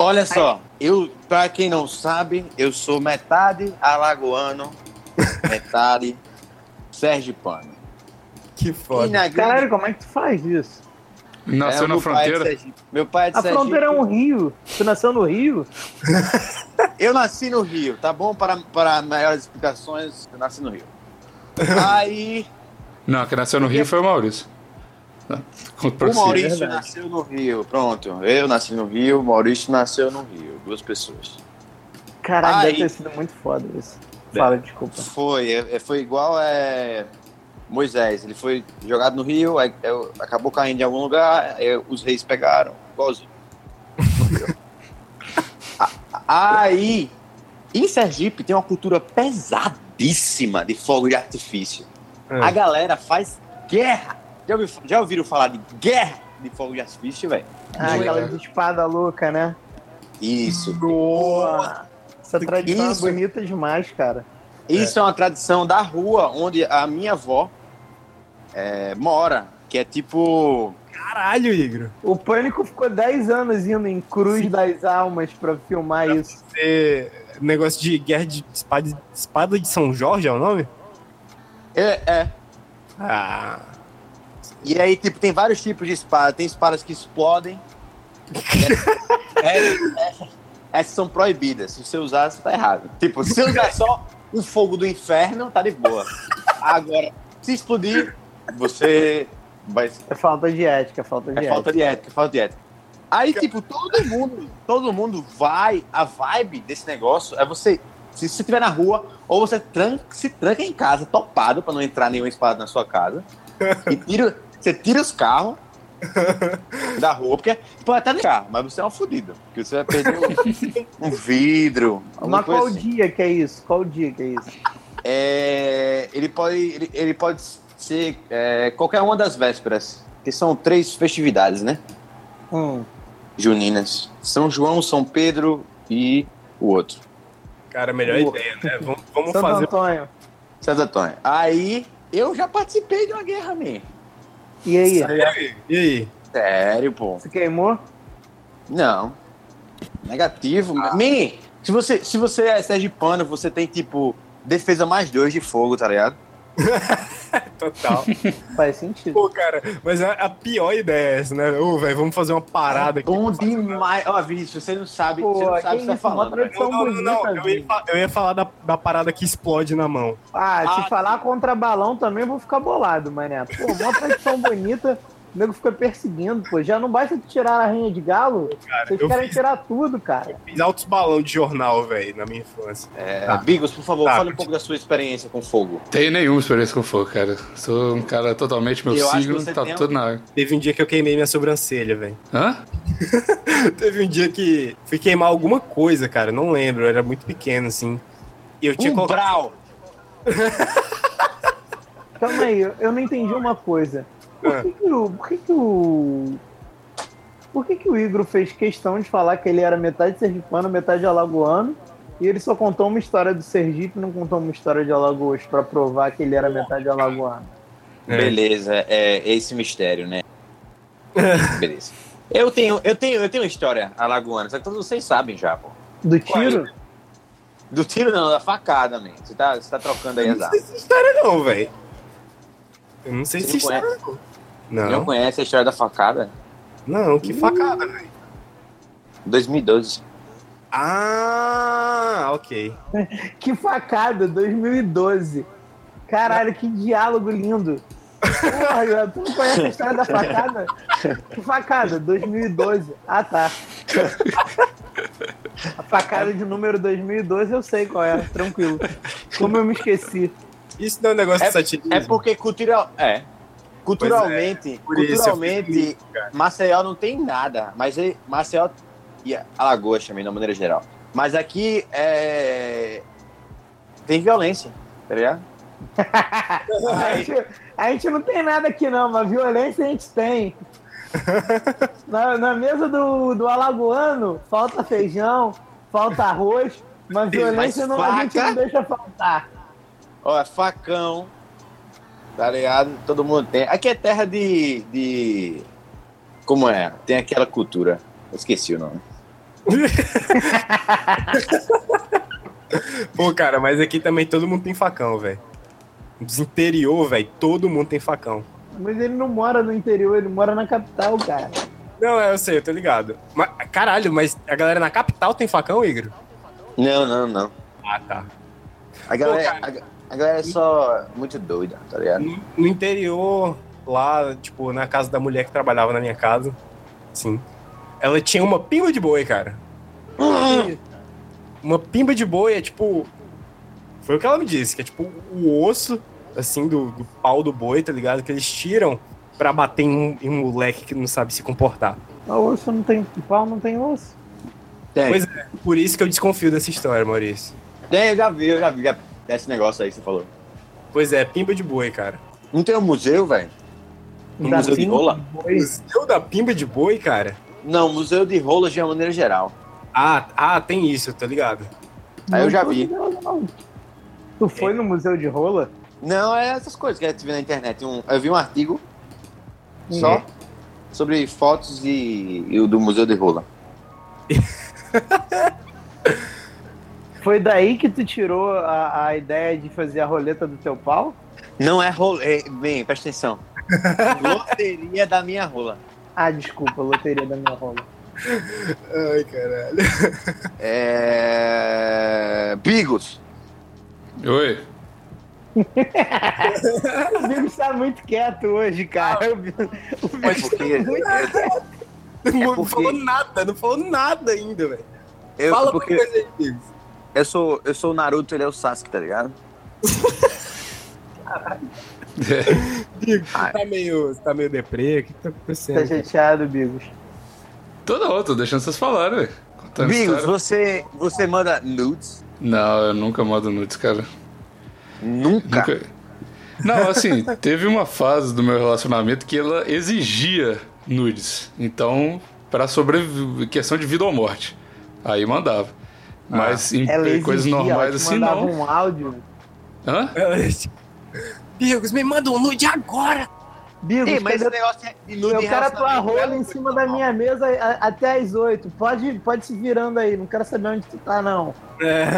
Speaker 6: Olha só, eu, pra quem não sabe, eu sou metade alagoano, metade sergipano.
Speaker 5: Que
Speaker 6: E
Speaker 5: foda.
Speaker 6: na grande-
Speaker 8: Caralho, como é que tu faz isso?
Speaker 4: Nasceu
Speaker 6: É,
Speaker 4: na
Speaker 6: meu pai é de
Speaker 4: fronteira?
Speaker 6: Sergipe. Meu pai é de
Speaker 8: A
Speaker 6: Sergipe.
Speaker 8: fronteira é um rio. Tu nasceu no Rio?
Speaker 6: Eu nasci no Rio, tá bom? Para, para maiores explicações, eu nasci no Rio. Aí,
Speaker 4: Não, que nasceu no Rio foi o Maurício. Tá, conta pra
Speaker 6: o
Speaker 4: você.
Speaker 6: Maurício
Speaker 8: verdade.
Speaker 6: nasceu no Rio, pronto. Eu nasci no Rio, o Maurício nasceu no Rio. Duas pessoas.
Speaker 8: Caralho,
Speaker 6: Ai.
Speaker 8: deve ter sido muito foda isso.
Speaker 6: É.
Speaker 8: Fala, desculpa.
Speaker 6: Foi, é- é- foi igual é, Moisés. Ele foi jogado no Rio, aí, eu- acabou caindo em algum lugar, aí os reis pegaram. Igualzinho. A- aí, em Sergipe tem uma cultura pesadíssima de fogo de artifício.
Speaker 4: É.
Speaker 5: Ah.
Speaker 6: A galera faz guerra. Já, ouvi- já ouviram falar de guerra de fogo de artifício, velho?
Speaker 8: Ah,
Speaker 4: Não,
Speaker 8: aquela
Speaker 4: cara.
Speaker 8: de espada louca, né?
Speaker 6: Isso.
Speaker 8: Porra. Essa tradição
Speaker 6: Isso.
Speaker 8: é bonita demais, cara.
Speaker 6: Isso é. uma tradição da rua onde a minha avó é, mora, que é tipo.
Speaker 5: Caralho, Igor.
Speaker 8: O Pânico ficou 10 anos indo em Cruz das Almas pra filmar isso.
Speaker 5: ser negócio de guerra de espada, espada de São Jorge é o nome?
Speaker 6: É, é.
Speaker 5: Ah,
Speaker 6: E aí, tipo, tem vários tipos de espada. Tem espadas que explodem. Essas- essas- essas são proibidas. Se você usar, você tá errado. Tipo, se você usar só o fogo do inferno, tá de boa. Agora, se explodir, você vai
Speaker 8: É falta de ética, é falta de
Speaker 6: É
Speaker 8: ética.
Speaker 6: falta de ética, falta de ética. Aí, tipo, todo mundo, todo mundo vai, a vibe desse negócio é você, se você estiver na rua, ou você tran- se tranca em casa, topado, pra não entrar nenhuma espada na sua casa, e tira, você tira os carros, da rua, porque pode até deixar, mas você é um fudido. Porque você vai perder um, um vidro. alguma
Speaker 8: Mas
Speaker 6: coisa
Speaker 8: qual
Speaker 6: assim.
Speaker 8: dia que é isso? Qual dia que é isso?
Speaker 6: É, ele, pode, ele, ele pode ser é, qualquer uma das vésperas, que são três festividades, né?
Speaker 8: Hum.
Speaker 6: Juninas. São João, São Pedro e o outro.
Speaker 5: Cara, melhor
Speaker 8: Boa.
Speaker 5: ideia, né? Vamos, vamos
Speaker 8: Santo
Speaker 5: fazer.
Speaker 8: Antônio.
Speaker 6: Santo Antônio. Aí eu já participei de uma guerra minha.
Speaker 8: E aí?
Speaker 5: E aí?
Speaker 6: Sério, pô.
Speaker 8: Se queimou?
Speaker 6: Não. Negativo. Me, se você, se você é sergipano, você tem, tipo, defesa mais dois de fogo, tá ligado?
Speaker 5: Total.
Speaker 8: Faz sentido.
Speaker 5: Pô, cara, mas a, a pior ideia é essa, né? Ô, velho, vamos fazer uma
Speaker 8: Ah,
Speaker 5: parada aqui.
Speaker 6: Bom demais. Tipo, Ó, Vinícius, você não sabe, você
Speaker 8: Pô, que
Speaker 6: não sabe o que tá
Speaker 8: isso, uma
Speaker 6: falando. velho.
Speaker 5: Não,
Speaker 8: tradição
Speaker 5: não, não,
Speaker 8: bonita,
Speaker 5: não. Eu ia,
Speaker 8: gente.
Speaker 5: fa- eu ia falar da, da parada que explode na mão.
Speaker 8: Ah, se
Speaker 6: Ah.
Speaker 8: falar contra balão também eu vou ficar bolado, mané. Pô, uma tradição bonita, o nego fica perseguindo, pô. Já não basta tirar a rainha de galo, vocês
Speaker 5: eu
Speaker 8: querem
Speaker 5: fiz.
Speaker 8: tirar tudo, cara.
Speaker 5: Fiz altos balão de jornal, velho, na minha infância.
Speaker 6: É,
Speaker 5: Tá.
Speaker 6: Bigos, por favor,
Speaker 5: Tá,
Speaker 6: fale um
Speaker 5: continua.
Speaker 6: pouco da sua experiência com fogo.
Speaker 4: Tenho nenhuma experiência com fogo, cara. Sou um cara totalmente meu
Speaker 6: Eu acho que
Speaker 4: signo,
Speaker 6: você
Speaker 4: tá
Speaker 6: tem um-
Speaker 4: tudo na água.
Speaker 5: Teve um dia que eu queimei minha sobrancelha, velho.
Speaker 4: Hã?
Speaker 5: Teve um dia que fui queimar alguma coisa, cara. Não lembro, eu era muito pequeno, assim. E eu tinha
Speaker 6: Um
Speaker 5: colocado.
Speaker 6: brau.
Speaker 8: Calma aí, eu eu não entendi uma coisa. Por que, que o. Por que, que o. Por que, que o Igro fez questão de falar que ele era metade sergipano, metade alagoano? E ele só contou uma história do Sergipe e não contou uma história de Alagoas pra provar que ele era metade alagoano.
Speaker 5: É.
Speaker 6: Beleza, é esse mistério, né? Beleza. Eu tenho, eu tenho, eu tenho uma história alagoana, só que todos vocês sabem já, pô.
Speaker 8: Do tiro?
Speaker 6: Do tiro não, da facada, man. Você tá, você tá trocando aí
Speaker 5: Eu
Speaker 6: as
Speaker 5: não
Speaker 6: armas.
Speaker 5: sei essa história, é não, velho. Eu não sei
Speaker 6: Você
Speaker 5: se
Speaker 6: não
Speaker 5: história, não.
Speaker 6: Não
Speaker 5: Não,
Speaker 6: conhece a história da facada?
Speaker 5: não, que facada, velho.
Speaker 6: 2012.
Speaker 5: Ah, ok.
Speaker 8: Que facada, 2012. Caralho, que diálogo lindo. Porra, Joel, tu não conhece a história da facada? Que facada, 2012. Ah, tá. A facada de número 2012 eu sei qual é, tranquilo. Como eu me esqueci.
Speaker 5: Isso não é um negócio de satirismo.
Speaker 6: É porque cultural, é. Culturalmente,
Speaker 5: por isso eu
Speaker 6: culturalmente, Maceió não tem nada, mas ele, Maceió e Alagoas também, de uma maneira geral. Mas aqui é tem violência, tá ligado?
Speaker 8: A gente, a gente não tem nada aqui não, mas violência a gente tem. Na, na mesa do, do Alagoano, falta feijão, falta arroz, mas violência não, a gente não
Speaker 6: faca?
Speaker 8: deixa faltar.
Speaker 6: Ó, é facão, tá ligado? Todo mundo tem. Aqui é terra de, de... Como é? Tem aquela cultura. Eu esqueci o nome.
Speaker 5: Pô, cara, mas aqui também todo mundo tem facão, velho. Dos interior, velho, todo mundo tem facão.
Speaker 8: Mas ele não mora no interior, ele mora na capital, cara.
Speaker 5: Não, é, eu sei, eu tô ligado. Mas, caralho, mas a galera na capital tem facão, Igor?
Speaker 6: Não, não, não.
Speaker 5: Ah, tá.
Speaker 6: A galera, a, a galera é só muito doida, tá ligado?
Speaker 5: No, no interior, lá, tipo, na casa da mulher que trabalhava na minha casa, sim. Ela tinha uma pimba de boi, cara. Uma pimba de boi é tipo. Foi o que ela me disse, que é tipo o osso, assim, do, do pau do boi, tá ligado? Que eles tiram pra bater em um, em um moleque que não sabe se comportar.
Speaker 8: O osso não tem. O pau não tem osso.
Speaker 6: Tem.
Speaker 5: Pois Por isso que eu desconfio dessa história, Maurício.
Speaker 6: Tem, eu já vi, eu já vi. Já... Esse negócio aí que você falou.
Speaker 5: Pois é, pimba de boi, cara.
Speaker 6: Não tem um museu, velho? Um
Speaker 8: Dá
Speaker 6: museu de
Speaker 8: pinto,
Speaker 6: rola?
Speaker 8: boi.
Speaker 5: Museu da pimba de boi, cara?
Speaker 6: Não, museu de rola de uma maneira geral.
Speaker 5: Ah, ah, tem isso, tá ligado?
Speaker 6: Aí eu já
Speaker 8: Não,
Speaker 6: vi. É.
Speaker 8: não. Tu foi no museu de rola?
Speaker 6: Não, é essas coisas que a gente vê na internet. Um, eu vi um artigo só sobre fotos e, e o do museu de rola.
Speaker 8: Foi daí que tu tirou a, a ideia de fazer a roleta do teu pau?
Speaker 6: Não é rola. É, bem, presta atenção. Loteria da minha rola.
Speaker 8: Ah, desculpa, loteria da minha rola.
Speaker 5: Ai, caralho.
Speaker 6: É... Bigos.
Speaker 4: Oi.
Speaker 8: O Bigo está muito quieto hoje,
Speaker 4: Ah.
Speaker 8: cara. O Bigo o Bigo
Speaker 6: É
Speaker 8: está
Speaker 6: porque-
Speaker 8: muito
Speaker 5: Não
Speaker 6: porque-
Speaker 5: falou nada, não falou nada ainda, velho.
Speaker 6: Eu,
Speaker 5: Fala
Speaker 6: porque
Speaker 5: alguma coisa aí, Diego.
Speaker 6: eu sou, eu sou o Naruto, ele é o Sasuke, tá ligado?
Speaker 5: Bigo, você tá meio, você tá meio deprê, o que que
Speaker 8: Tá
Speaker 5: tá acontecendo?
Speaker 8: chateado, Bigos.
Speaker 4: Tô não, tô deixando vocês falarem, velho. Contando
Speaker 6: Bigos,
Speaker 4: história.
Speaker 6: você, você manda nudes?
Speaker 4: Não, eu nunca mando nudes, cara.
Speaker 6: Nunca.
Speaker 4: Nunca. Não, assim, teve uma fase do meu relacionamento que ela exigia nudes. Então, pra sobreviver, questão de vida ou morte. Aí mandava. Mas em
Speaker 8: Ah. Ela exigia,
Speaker 4: coisas
Speaker 8: ela
Speaker 4: normais
Speaker 8: te
Speaker 4: assim,
Speaker 8: mandava
Speaker 4: não.
Speaker 8: um áudio.
Speaker 4: Hã?
Speaker 5: Bigos, me manda um nude agora!
Speaker 8: Bigos,
Speaker 6: Ei,
Speaker 8: cadê
Speaker 6: mas esse negócio é de nude
Speaker 8: Eu
Speaker 6: em
Speaker 8: quero a
Speaker 6: relacionamento,
Speaker 8: tua rola
Speaker 6: não
Speaker 8: tá
Speaker 6: é
Speaker 8: em
Speaker 6: muito
Speaker 8: cima da
Speaker 6: normal.
Speaker 8: minha mesa a- até às oito. Pode, pode se virando aí, não quero saber onde tu tá, não.
Speaker 5: É,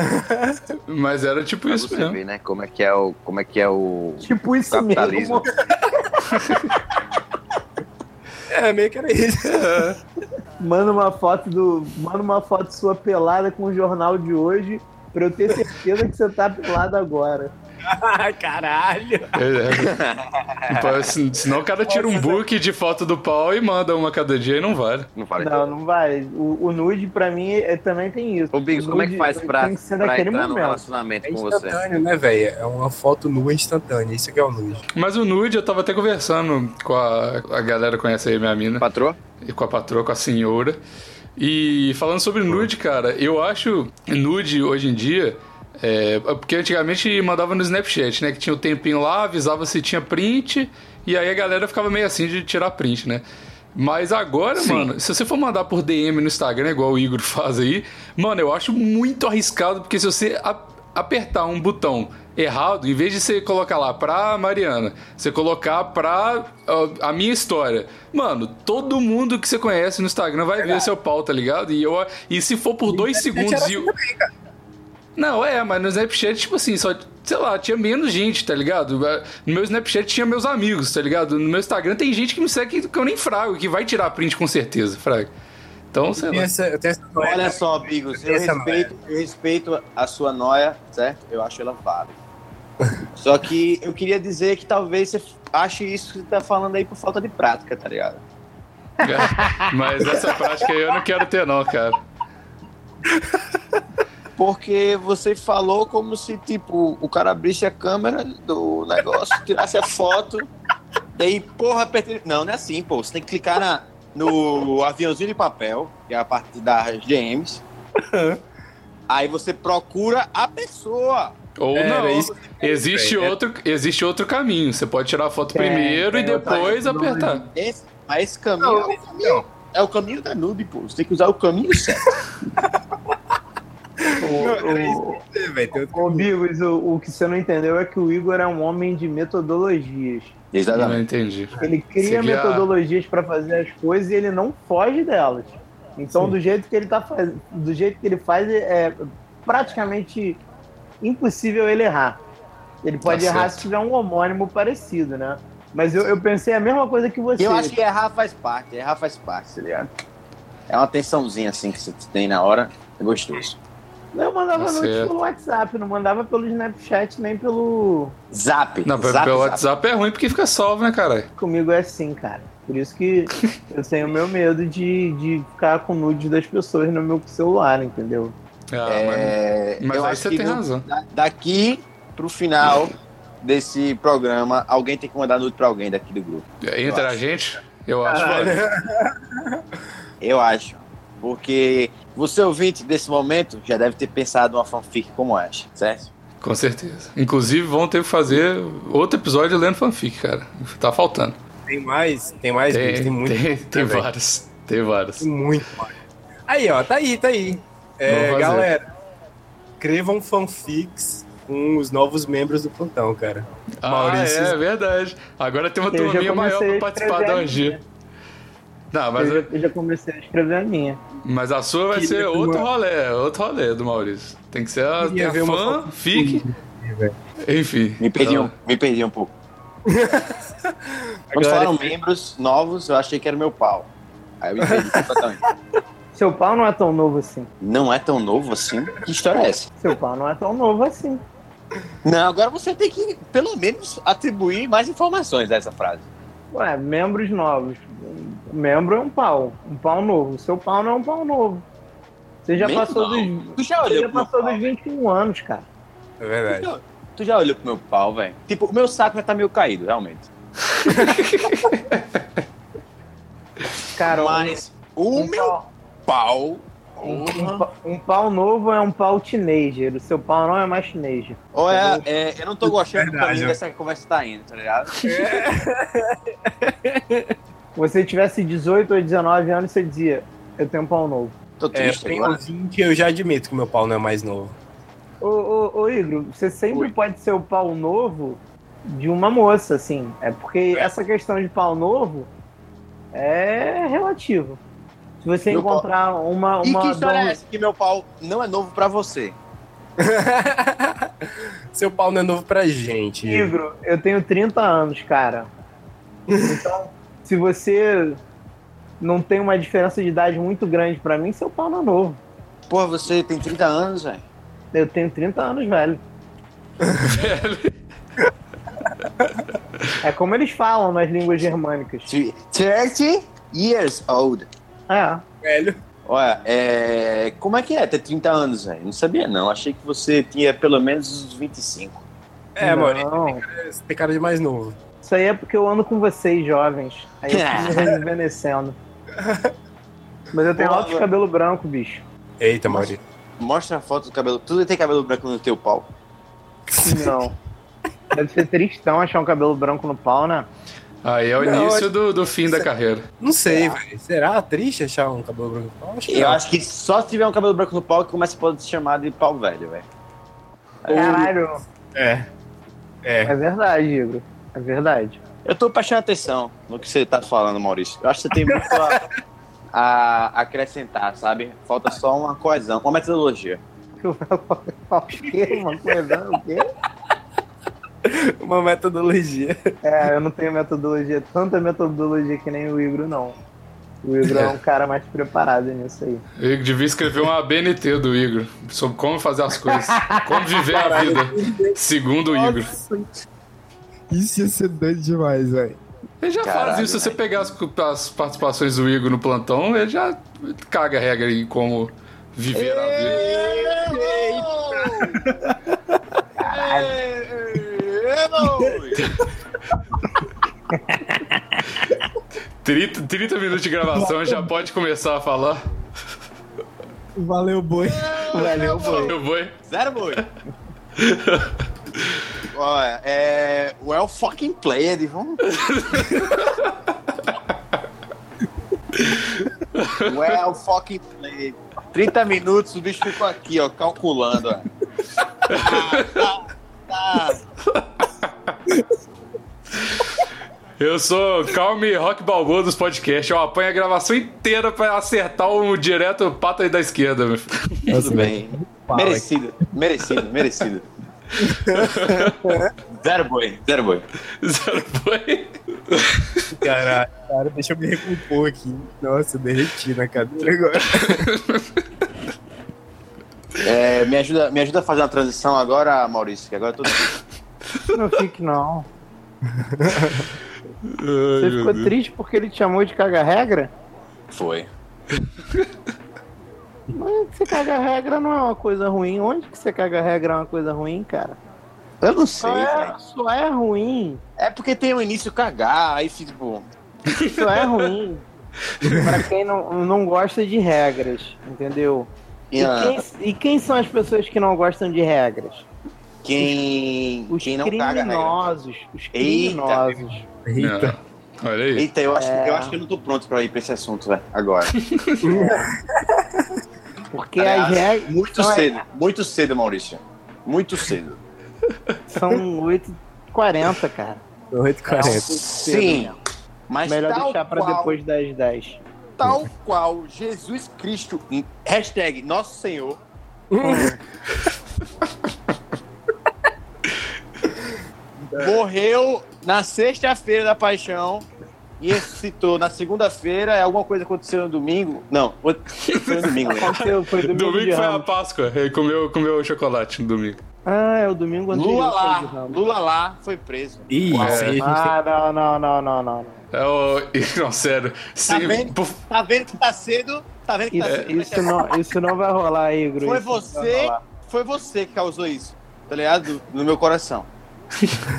Speaker 4: Mas era tipo
Speaker 6: Pra
Speaker 4: isso
Speaker 6: você
Speaker 4: mesmo.
Speaker 6: ver, né? Como é que é o. Como é que é o.
Speaker 8: Tipo isso
Speaker 6: Capitalismo.
Speaker 8: mesmo.
Speaker 5: É, meio que era isso.
Speaker 8: Manda uma foto do. Manda uma foto sua pelada com o jornal de hoje. Pra eu ter certeza que você tá pelado agora.
Speaker 5: Ah, Caralho!
Speaker 4: É. Pô, se- Senão o cara tira um book de foto do pau e manda uma cada dia e não vale.
Speaker 6: Não vale.
Speaker 8: Não, não vai. O, o nude, pra mim, é- também tem isso.
Speaker 6: Ô, Bigos,
Speaker 8: O
Speaker 6: como é
Speaker 8: nude
Speaker 6: que faz pra,
Speaker 8: Tem que ser
Speaker 6: pra
Speaker 8: naquele
Speaker 6: entrar num
Speaker 8: momento.
Speaker 6: relacionamento
Speaker 5: É
Speaker 6: com você?
Speaker 5: instantâneo, né, velho? É uma foto nua instantânea, isso que é o nude.
Speaker 4: Mas o nude, eu tava até conversando com a, a galera que conhece aí minha mina.
Speaker 6: Patroa?
Speaker 4: e com a patroa, com a senhora. E falando sobre nude, cara, eu acho nude hoje em dia. é, porque antigamente mandava no Snapchat, né? Que tinha o tempinho lá, avisava se tinha print, e aí a galera ficava meio assim de tirar print, né? Mas agora, mano, se você for mandar por DM no Instagram, igual o Igor faz aí, mano, eu acho muito arriscado, porque se você a- apertar um botão errado, em vez de você colocar lá pra Mariana, você colocar pra ó, a minha história. Mano, todo mundo que você conhece no Instagram vai ver seu pau, tá ligado? E, eu, e se for por dois segundos e. o- Não, é, mas no Snapchat, tipo assim, só, sei lá, tinha menos gente, tá ligado? No meu Snapchat tinha meus amigos, tá ligado? No meu Instagram tem gente que me segue que eu nem frago, que vai tirar print com certeza, frago. Então, sei lá.
Speaker 5: Essa, eu tenho essa
Speaker 6: Olha só, é Bigos, eu
Speaker 5: Essa
Speaker 6: respeito, eu respeito a sua noia, certo? Eu acho ela válida. Só que eu queria dizer que talvez você ache isso que você tá falando aí por falta de prática, tá ligado?
Speaker 4: Mas essa prática aí eu não quero ter, não, cara.
Speaker 6: Porque você falou como se, tipo, o cara abrisse a câmera do negócio, tirasse a foto, daí, porra, apertei. Não, não é assim, pô. Você tem que clicar na, no aviãozinho de papel, que é a parte das GMs. Aí você procura a pessoa.
Speaker 4: Ou
Speaker 5: É,
Speaker 4: não.
Speaker 5: era isso
Speaker 4: existe,
Speaker 5: É.
Speaker 4: outro, existe outro caminho. Você pode tirar a foto
Speaker 8: Tem,
Speaker 4: primeiro
Speaker 8: tem
Speaker 4: e
Speaker 8: outra
Speaker 4: depois
Speaker 8: forma.
Speaker 4: apertar.
Speaker 6: Esse, mas esse caminho é o caminho. É o caminho da noob, pô. Você tem que usar o caminho certo.
Speaker 8: O- o-
Speaker 5: né, velho. Tem outro-
Speaker 8: Ô, Bigos, o, o que você não entendeu é que o Igor é um homem de metodologias.
Speaker 4: Não entendi.
Speaker 8: Ele cria
Speaker 4: Seguir a-
Speaker 8: metodologias pra fazer as coisas e ele não foge delas. Então, do jeito que ele tá faz... do jeito que ele faz é praticamente impossível ele errar. Ele pode errar
Speaker 4: Tá certo.
Speaker 8: se tiver um homônimo parecido, né? Mas eu, eu pensei a mesma coisa que você.
Speaker 6: Eu acho que errar faz parte. Errar faz parte, tá ligado? É uma tensãozinha assim que você tem na hora. É gostoso.
Speaker 8: Eu mandava
Speaker 4: Tá
Speaker 8: noite
Speaker 4: certo.
Speaker 8: pelo WhatsApp, não mandava pelo Snapchat nem pelo
Speaker 6: Zap.
Speaker 4: Não,
Speaker 6: zap,
Speaker 4: pelo
Speaker 6: zap.
Speaker 4: WhatsApp é ruim porque fica salvo, né, cara?
Speaker 8: comigo é assim, cara. Por isso que eu tenho meu medo de, de ficar com nudes das pessoas no meu celular, entendeu?
Speaker 4: Ah,
Speaker 6: É,
Speaker 4: mas, mas
Speaker 6: eu
Speaker 4: aí
Speaker 6: acho
Speaker 4: você
Speaker 6: que
Speaker 4: tem
Speaker 6: no-
Speaker 4: razão.
Speaker 6: da- daqui pro final desse programa, alguém tem que mandar nude pra alguém daqui do grupo.
Speaker 4: Entre a
Speaker 6: acho.
Speaker 4: gente, eu acho.
Speaker 6: Eu acho. Porque você ouvinte desse momento já deve ter pensado uma fanfic como essa, certo?
Speaker 4: Com certeza. Inclusive, vão ter que fazer outro episódio lendo fanfic, cara. Tá faltando.
Speaker 5: Tem mais, tem mais, Bigos,
Speaker 4: Tem,
Speaker 5: tem muito.
Speaker 4: tem, tem
Speaker 5: né, velho?
Speaker 4: vários. Tem vários.
Speaker 5: Tem muito mais. Aí, ó, tá aí, tá aí. É,
Speaker 4: Vamos fazer.
Speaker 5: galera, escrevam fanfics com os novos membros do plantão, cara.
Speaker 4: Ah,
Speaker 5: Maurício-
Speaker 4: é verdade. Agora tem uma
Speaker 8: Eu já
Speaker 4: turminha maior pra
Speaker 8: comecei a
Speaker 4: participar da
Speaker 8: escrever
Speaker 4: Angia. Não, mas,
Speaker 8: eu, já, eu já comecei a escrever a minha.
Speaker 4: mas a sua vai
Speaker 5: Queria
Speaker 4: ser
Speaker 5: ver
Speaker 4: outro
Speaker 5: uma-
Speaker 4: rolê, outro rolê do Maurício. Tem que ser a
Speaker 5: Queria
Speaker 4: tem a
Speaker 5: ver uma
Speaker 4: fã,
Speaker 5: foto-
Speaker 4: fique. Enfim.
Speaker 6: Me perdi,
Speaker 4: então,
Speaker 6: um, me perdi um pouco. Quando falaram membros novos, eu achei que era meu pau. Aí eu me perdi completamente.
Speaker 8: Seu pau não é tão novo assim.
Speaker 6: Não é tão novo assim? Que história é essa?
Speaker 8: Seu pau não é tão novo assim.
Speaker 6: Não, agora você tem que, pelo menos, atribuir mais informações a essa frase.
Speaker 8: Ué, membros novos. Membro é um pau. Um pau novo. Seu pau não é um pau novo. Você já
Speaker 6: Membro
Speaker 8: passou
Speaker 6: não.
Speaker 8: dos.
Speaker 6: Tu já
Speaker 8: Você
Speaker 6: olhou
Speaker 8: já
Speaker 6: pro meu
Speaker 8: passou
Speaker 6: pau?
Speaker 8: dos 21 anos, um cara.
Speaker 5: É verdade.
Speaker 6: Tu já olhou pro meu pau, velho? Tipo, o meu saco já tá meio caído, realmente.
Speaker 8: Cara,
Speaker 6: Mas o
Speaker 8: um
Speaker 6: meu
Speaker 8: pau-
Speaker 6: pau.
Speaker 8: um- um pa- um pau novo é um pau teenager. O seu pau não é mais teenager.
Speaker 6: Ou é, é- eu não tô gostando do
Speaker 5: Verdade,
Speaker 6: caminho
Speaker 5: ó.
Speaker 6: dessa conversa tá indo, tá ligado?
Speaker 8: Se você tivesse 18 ou 19 anos, você dizia, eu tenho um pau novo.
Speaker 6: Tô
Speaker 5: É, eu
Speaker 6: triste
Speaker 5: tenho
Speaker 6: agora.
Speaker 5: 20 e eu já admito que meu pau não é mais novo.
Speaker 8: Ô, ô, ô Igor, você sempre
Speaker 6: Oi.
Speaker 8: pode ser o pau novo de uma moça, assim. É porque essa questão de pau novo é relativo. Se você
Speaker 6: Meu pau-
Speaker 8: encontrar uma,
Speaker 6: E
Speaker 8: uma
Speaker 6: que história
Speaker 8: dona-
Speaker 6: é essa que meu pau não é novo pra você?
Speaker 5: Seu pau não é novo pra gente.
Speaker 8: Igor, eu tenho 30 anos, cara. Então, se você não tem uma diferença de idade muito grande pra mim, seu pau não é novo.
Speaker 6: Porra, você tem 30 anos, velho.
Speaker 8: Eu tenho 30 anos, velho. É como eles falam nas línguas germânicas.
Speaker 6: 30 years old.
Speaker 8: É.
Speaker 5: Velho.
Speaker 6: Olha, é... como é que é ter 30 anos, velho? Não sabia, não. Achei que você tinha pelo menos uns 25.
Speaker 5: É,
Speaker 8: não.
Speaker 5: Maurício, você tem cara de mais novo.
Speaker 8: Isso aí é porque eu ando com vocês, jovens. Aí eu fico me rejuvenescendo. Mas eu tenho
Speaker 6: Boa,
Speaker 8: alto
Speaker 6: mano.
Speaker 8: cabelo branco, bicho.
Speaker 5: Eita, Maurício.
Speaker 6: Mostra a foto do cabelo. Tu tem cabelo branco no teu pau.
Speaker 8: Não. Deve ser tristão achar um cabelo branco no pau, né?
Speaker 4: Aí é o
Speaker 5: Não,
Speaker 4: início do, do fim da
Speaker 5: Cê-
Speaker 4: carreira.
Speaker 5: Não sei, velho. Será triste achar um cabelo branco? Eu Acho que
Speaker 6: Eu
Speaker 5: não.
Speaker 6: acho que só se tiver um cabelo branco no pau que começa a poder se chamar de pau velho, velho.
Speaker 8: Caralho.
Speaker 5: É. É.
Speaker 8: É verdade, Igor. É verdade.
Speaker 6: Eu tô prestando atenção no que você tá falando, Maurício. Eu acho que você tem muito a, a acrescentar, sabe? Falta só uma coesão, uma metodologia.
Speaker 8: O quê? Uma coisa, o quê?
Speaker 5: Uma metodologia.
Speaker 8: É, eu não tenho metodologia, tanta metodologia que nem o Igor, não. O Igor é um cara mais preparado nisso aí.
Speaker 4: Eu devia escrever uma ABNT do Igor sobre como fazer as coisas, como viver a vida, segundo o Igor.
Speaker 9: Isso ia ser doido demais, velho.
Speaker 4: Ele já faz
Speaker 6: Caralho,
Speaker 4: isso. Se você
Speaker 6: velho.
Speaker 4: pegar as, as participações do Igor no plantão, ele já caga a regra em como viver a vida.
Speaker 6: Eita!
Speaker 4: 30, 30 minutos de gravação já pode começar a falar.
Speaker 9: Valeu, boi.
Speaker 8: Valeu, boi.
Speaker 4: Eu vou.
Speaker 6: Zero boi. Olha, é. Well fucking played, vamos. well fucking played. 30 minutos, o bicho ficou aqui, ó, calculando, ó. Tá, tá,
Speaker 4: Eu sou Calme Rock Balboa dos podcasts. Eu apanho a gravação inteira pra acertar o direto pata aí da esquerda. meu filho.
Speaker 6: Tudo bem. Merecido, merecido, merecido. Zero boi, zero boi.
Speaker 4: Zero foi.
Speaker 5: Caralho, cara, deixa eu me recompor aqui. Nossa, eu derreti na cadeira agora.
Speaker 6: É, me, ajuda, me ajuda a fazer uma transição agora, Maurício, que agora eu tô.
Speaker 8: Não fique, não. Você ficou triste porque ele te chamou de caga-regra?
Speaker 6: Foi.
Speaker 8: Mas é você caga-regra não é uma coisa ruim. Onde que você caga-regra é uma coisa ruim, cara?
Speaker 6: Eu não sei,
Speaker 8: Só
Speaker 6: velho.
Speaker 8: é, só é ruim.
Speaker 6: É porque tem o início cagar, aí fica, tipo.
Speaker 8: Isso é ruim. pra quem não, não gosta de regras, entendeu? E
Speaker 6: ah,
Speaker 8: quem, e quem são as pessoas que não gostam de regras?
Speaker 6: Quem,
Speaker 8: Os
Speaker 6: quem não caga, né? regra.
Speaker 8: criminosos. Os criminosos.
Speaker 4: Eita. Olha aí.
Speaker 6: Eita, eu acho,
Speaker 8: É.
Speaker 6: eu acho que eu não tô pronto pra ir pra esse assunto, velho, agora.
Speaker 8: Porque
Speaker 6: Aliás,
Speaker 8: as regras.
Speaker 6: Tá Muito
Speaker 8: são,
Speaker 6: cedo, muito cedo, Maurício. Muito cedo.
Speaker 8: São 8h40, cara. É,
Speaker 5: 8h40.
Speaker 6: Sim, mas
Speaker 8: né? Melhor
Speaker 6: tal
Speaker 8: deixar pra
Speaker 6: qual-
Speaker 8: depois das 10.
Speaker 6: tal qual Jesus Cristo, hum, hashtag Nosso Senhor,
Speaker 8: É.
Speaker 6: morreu na sexta-feira da paixão e ressuscitou na segunda-feira. É Alguma coisa aconteceu no domingo? Não, foi no domingo, né?
Speaker 8: Aconteceu, foi domingo, de
Speaker 4: Domingo foi a
Speaker 8: Ramos.
Speaker 4: Páscoa. Ele comeu, comeu chocolate no domingo.
Speaker 8: Ah, é o domingo anterior.
Speaker 6: Lula
Speaker 8: foi
Speaker 6: lá,
Speaker 8: de Ramos.
Speaker 6: Lula lá foi preso.
Speaker 5: Ih,
Speaker 4: Uau.
Speaker 5: isso aí É, a gente
Speaker 8: Ah, não, não, não, não, não. não.
Speaker 4: É o... Não, sério. Sim,
Speaker 6: vendo?
Speaker 4: por-
Speaker 6: Tá vendo que tá cedo? Tá vendo que tá
Speaker 8: Isso, é
Speaker 6: cedo?
Speaker 8: isso não, isso não vai rolar, Igor.
Speaker 6: Foi
Speaker 8: isso não é vai
Speaker 6: você,
Speaker 8: rolar.
Speaker 6: foi você que causou isso. tá ligado? No meu coração.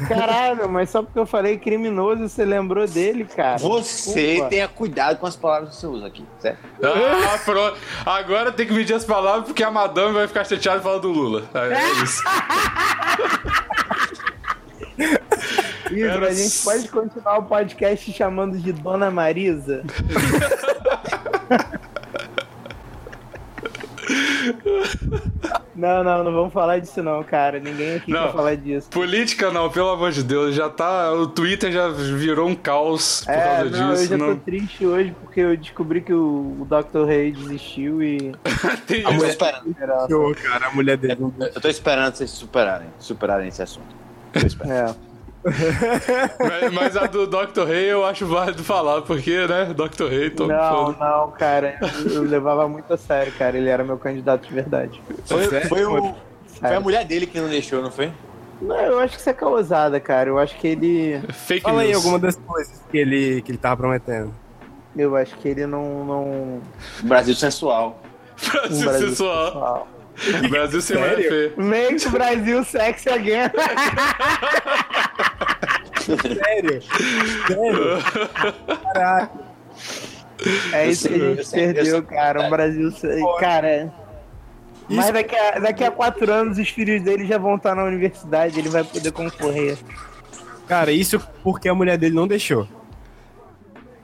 Speaker 8: Caralho, mas só porque eu falei criminoso, você lembrou dele, cara.
Speaker 6: Você
Speaker 8: Desculpa.
Speaker 6: tenha cuidado com as palavras que você usa aqui, certo?
Speaker 4: Ah, pronto. Agora tem que medir as palavras porque a madame vai ficar chateada e falar do Lula. É é isso.
Speaker 8: Igor,
Speaker 4: Era
Speaker 8: a gente
Speaker 4: s-
Speaker 8: pode continuar o podcast chamando de Dona Marisa? não, não, não vamos falar disso não, cara. Ninguém aqui
Speaker 4: Não.
Speaker 8: quer falar disso.
Speaker 4: Política não, pelo amor de Deus. Já tá. O Twitter já virou um caos por
Speaker 8: É,
Speaker 4: causa
Speaker 8: não,
Speaker 4: disso.
Speaker 8: eu já
Speaker 4: não
Speaker 8: tô triste hoje porque eu descobri que o, o Dr. Rei desistiu e...
Speaker 4: tem
Speaker 6: Eu tô
Speaker 4: isso.
Speaker 6: esperando,
Speaker 3: Ô, cara, a mulher dele não
Speaker 6: eu tô esperando vocês superarem, superarem esse assunto.
Speaker 8: É.
Speaker 4: Mas, mas a do Dr. Rei eu acho válido falar, porque, né? Dr. Rei, tô
Speaker 8: Não,
Speaker 4: foda.
Speaker 8: não, cara. Eu, eu levava muito a sério, cara. Ele era meu candidato de verdade.
Speaker 6: Foi, foi o- foi a
Speaker 8: Sério.
Speaker 6: mulher dele que não deixou, não foi?
Speaker 8: Não, eu acho que isso é causada, cara. Eu acho que ele.
Speaker 4: Fake
Speaker 5: Fala aí
Speaker 4: news.
Speaker 5: alguma das coisas que ele, que ele tava prometendo.
Speaker 8: Eu acho que ele não. não...
Speaker 6: Brasil sensual.
Speaker 4: Brasil,
Speaker 8: Brasil
Speaker 4: sensual.
Speaker 8: Uau.
Speaker 4: Brasil sem UFP.
Speaker 8: Make Brasil sexy again.
Speaker 5: Sério?
Speaker 8: É isso que a
Speaker 6: Eu
Speaker 8: gente
Speaker 6: sei, eu sei.
Speaker 8: perdeu, cara. O Brasil. se- Cara. Mas daqui a, daqui a quatro anos os filhos dele já vão estar na universidade, ele vai poder concorrer.
Speaker 5: Cara, isso porque a mulher dele não deixou.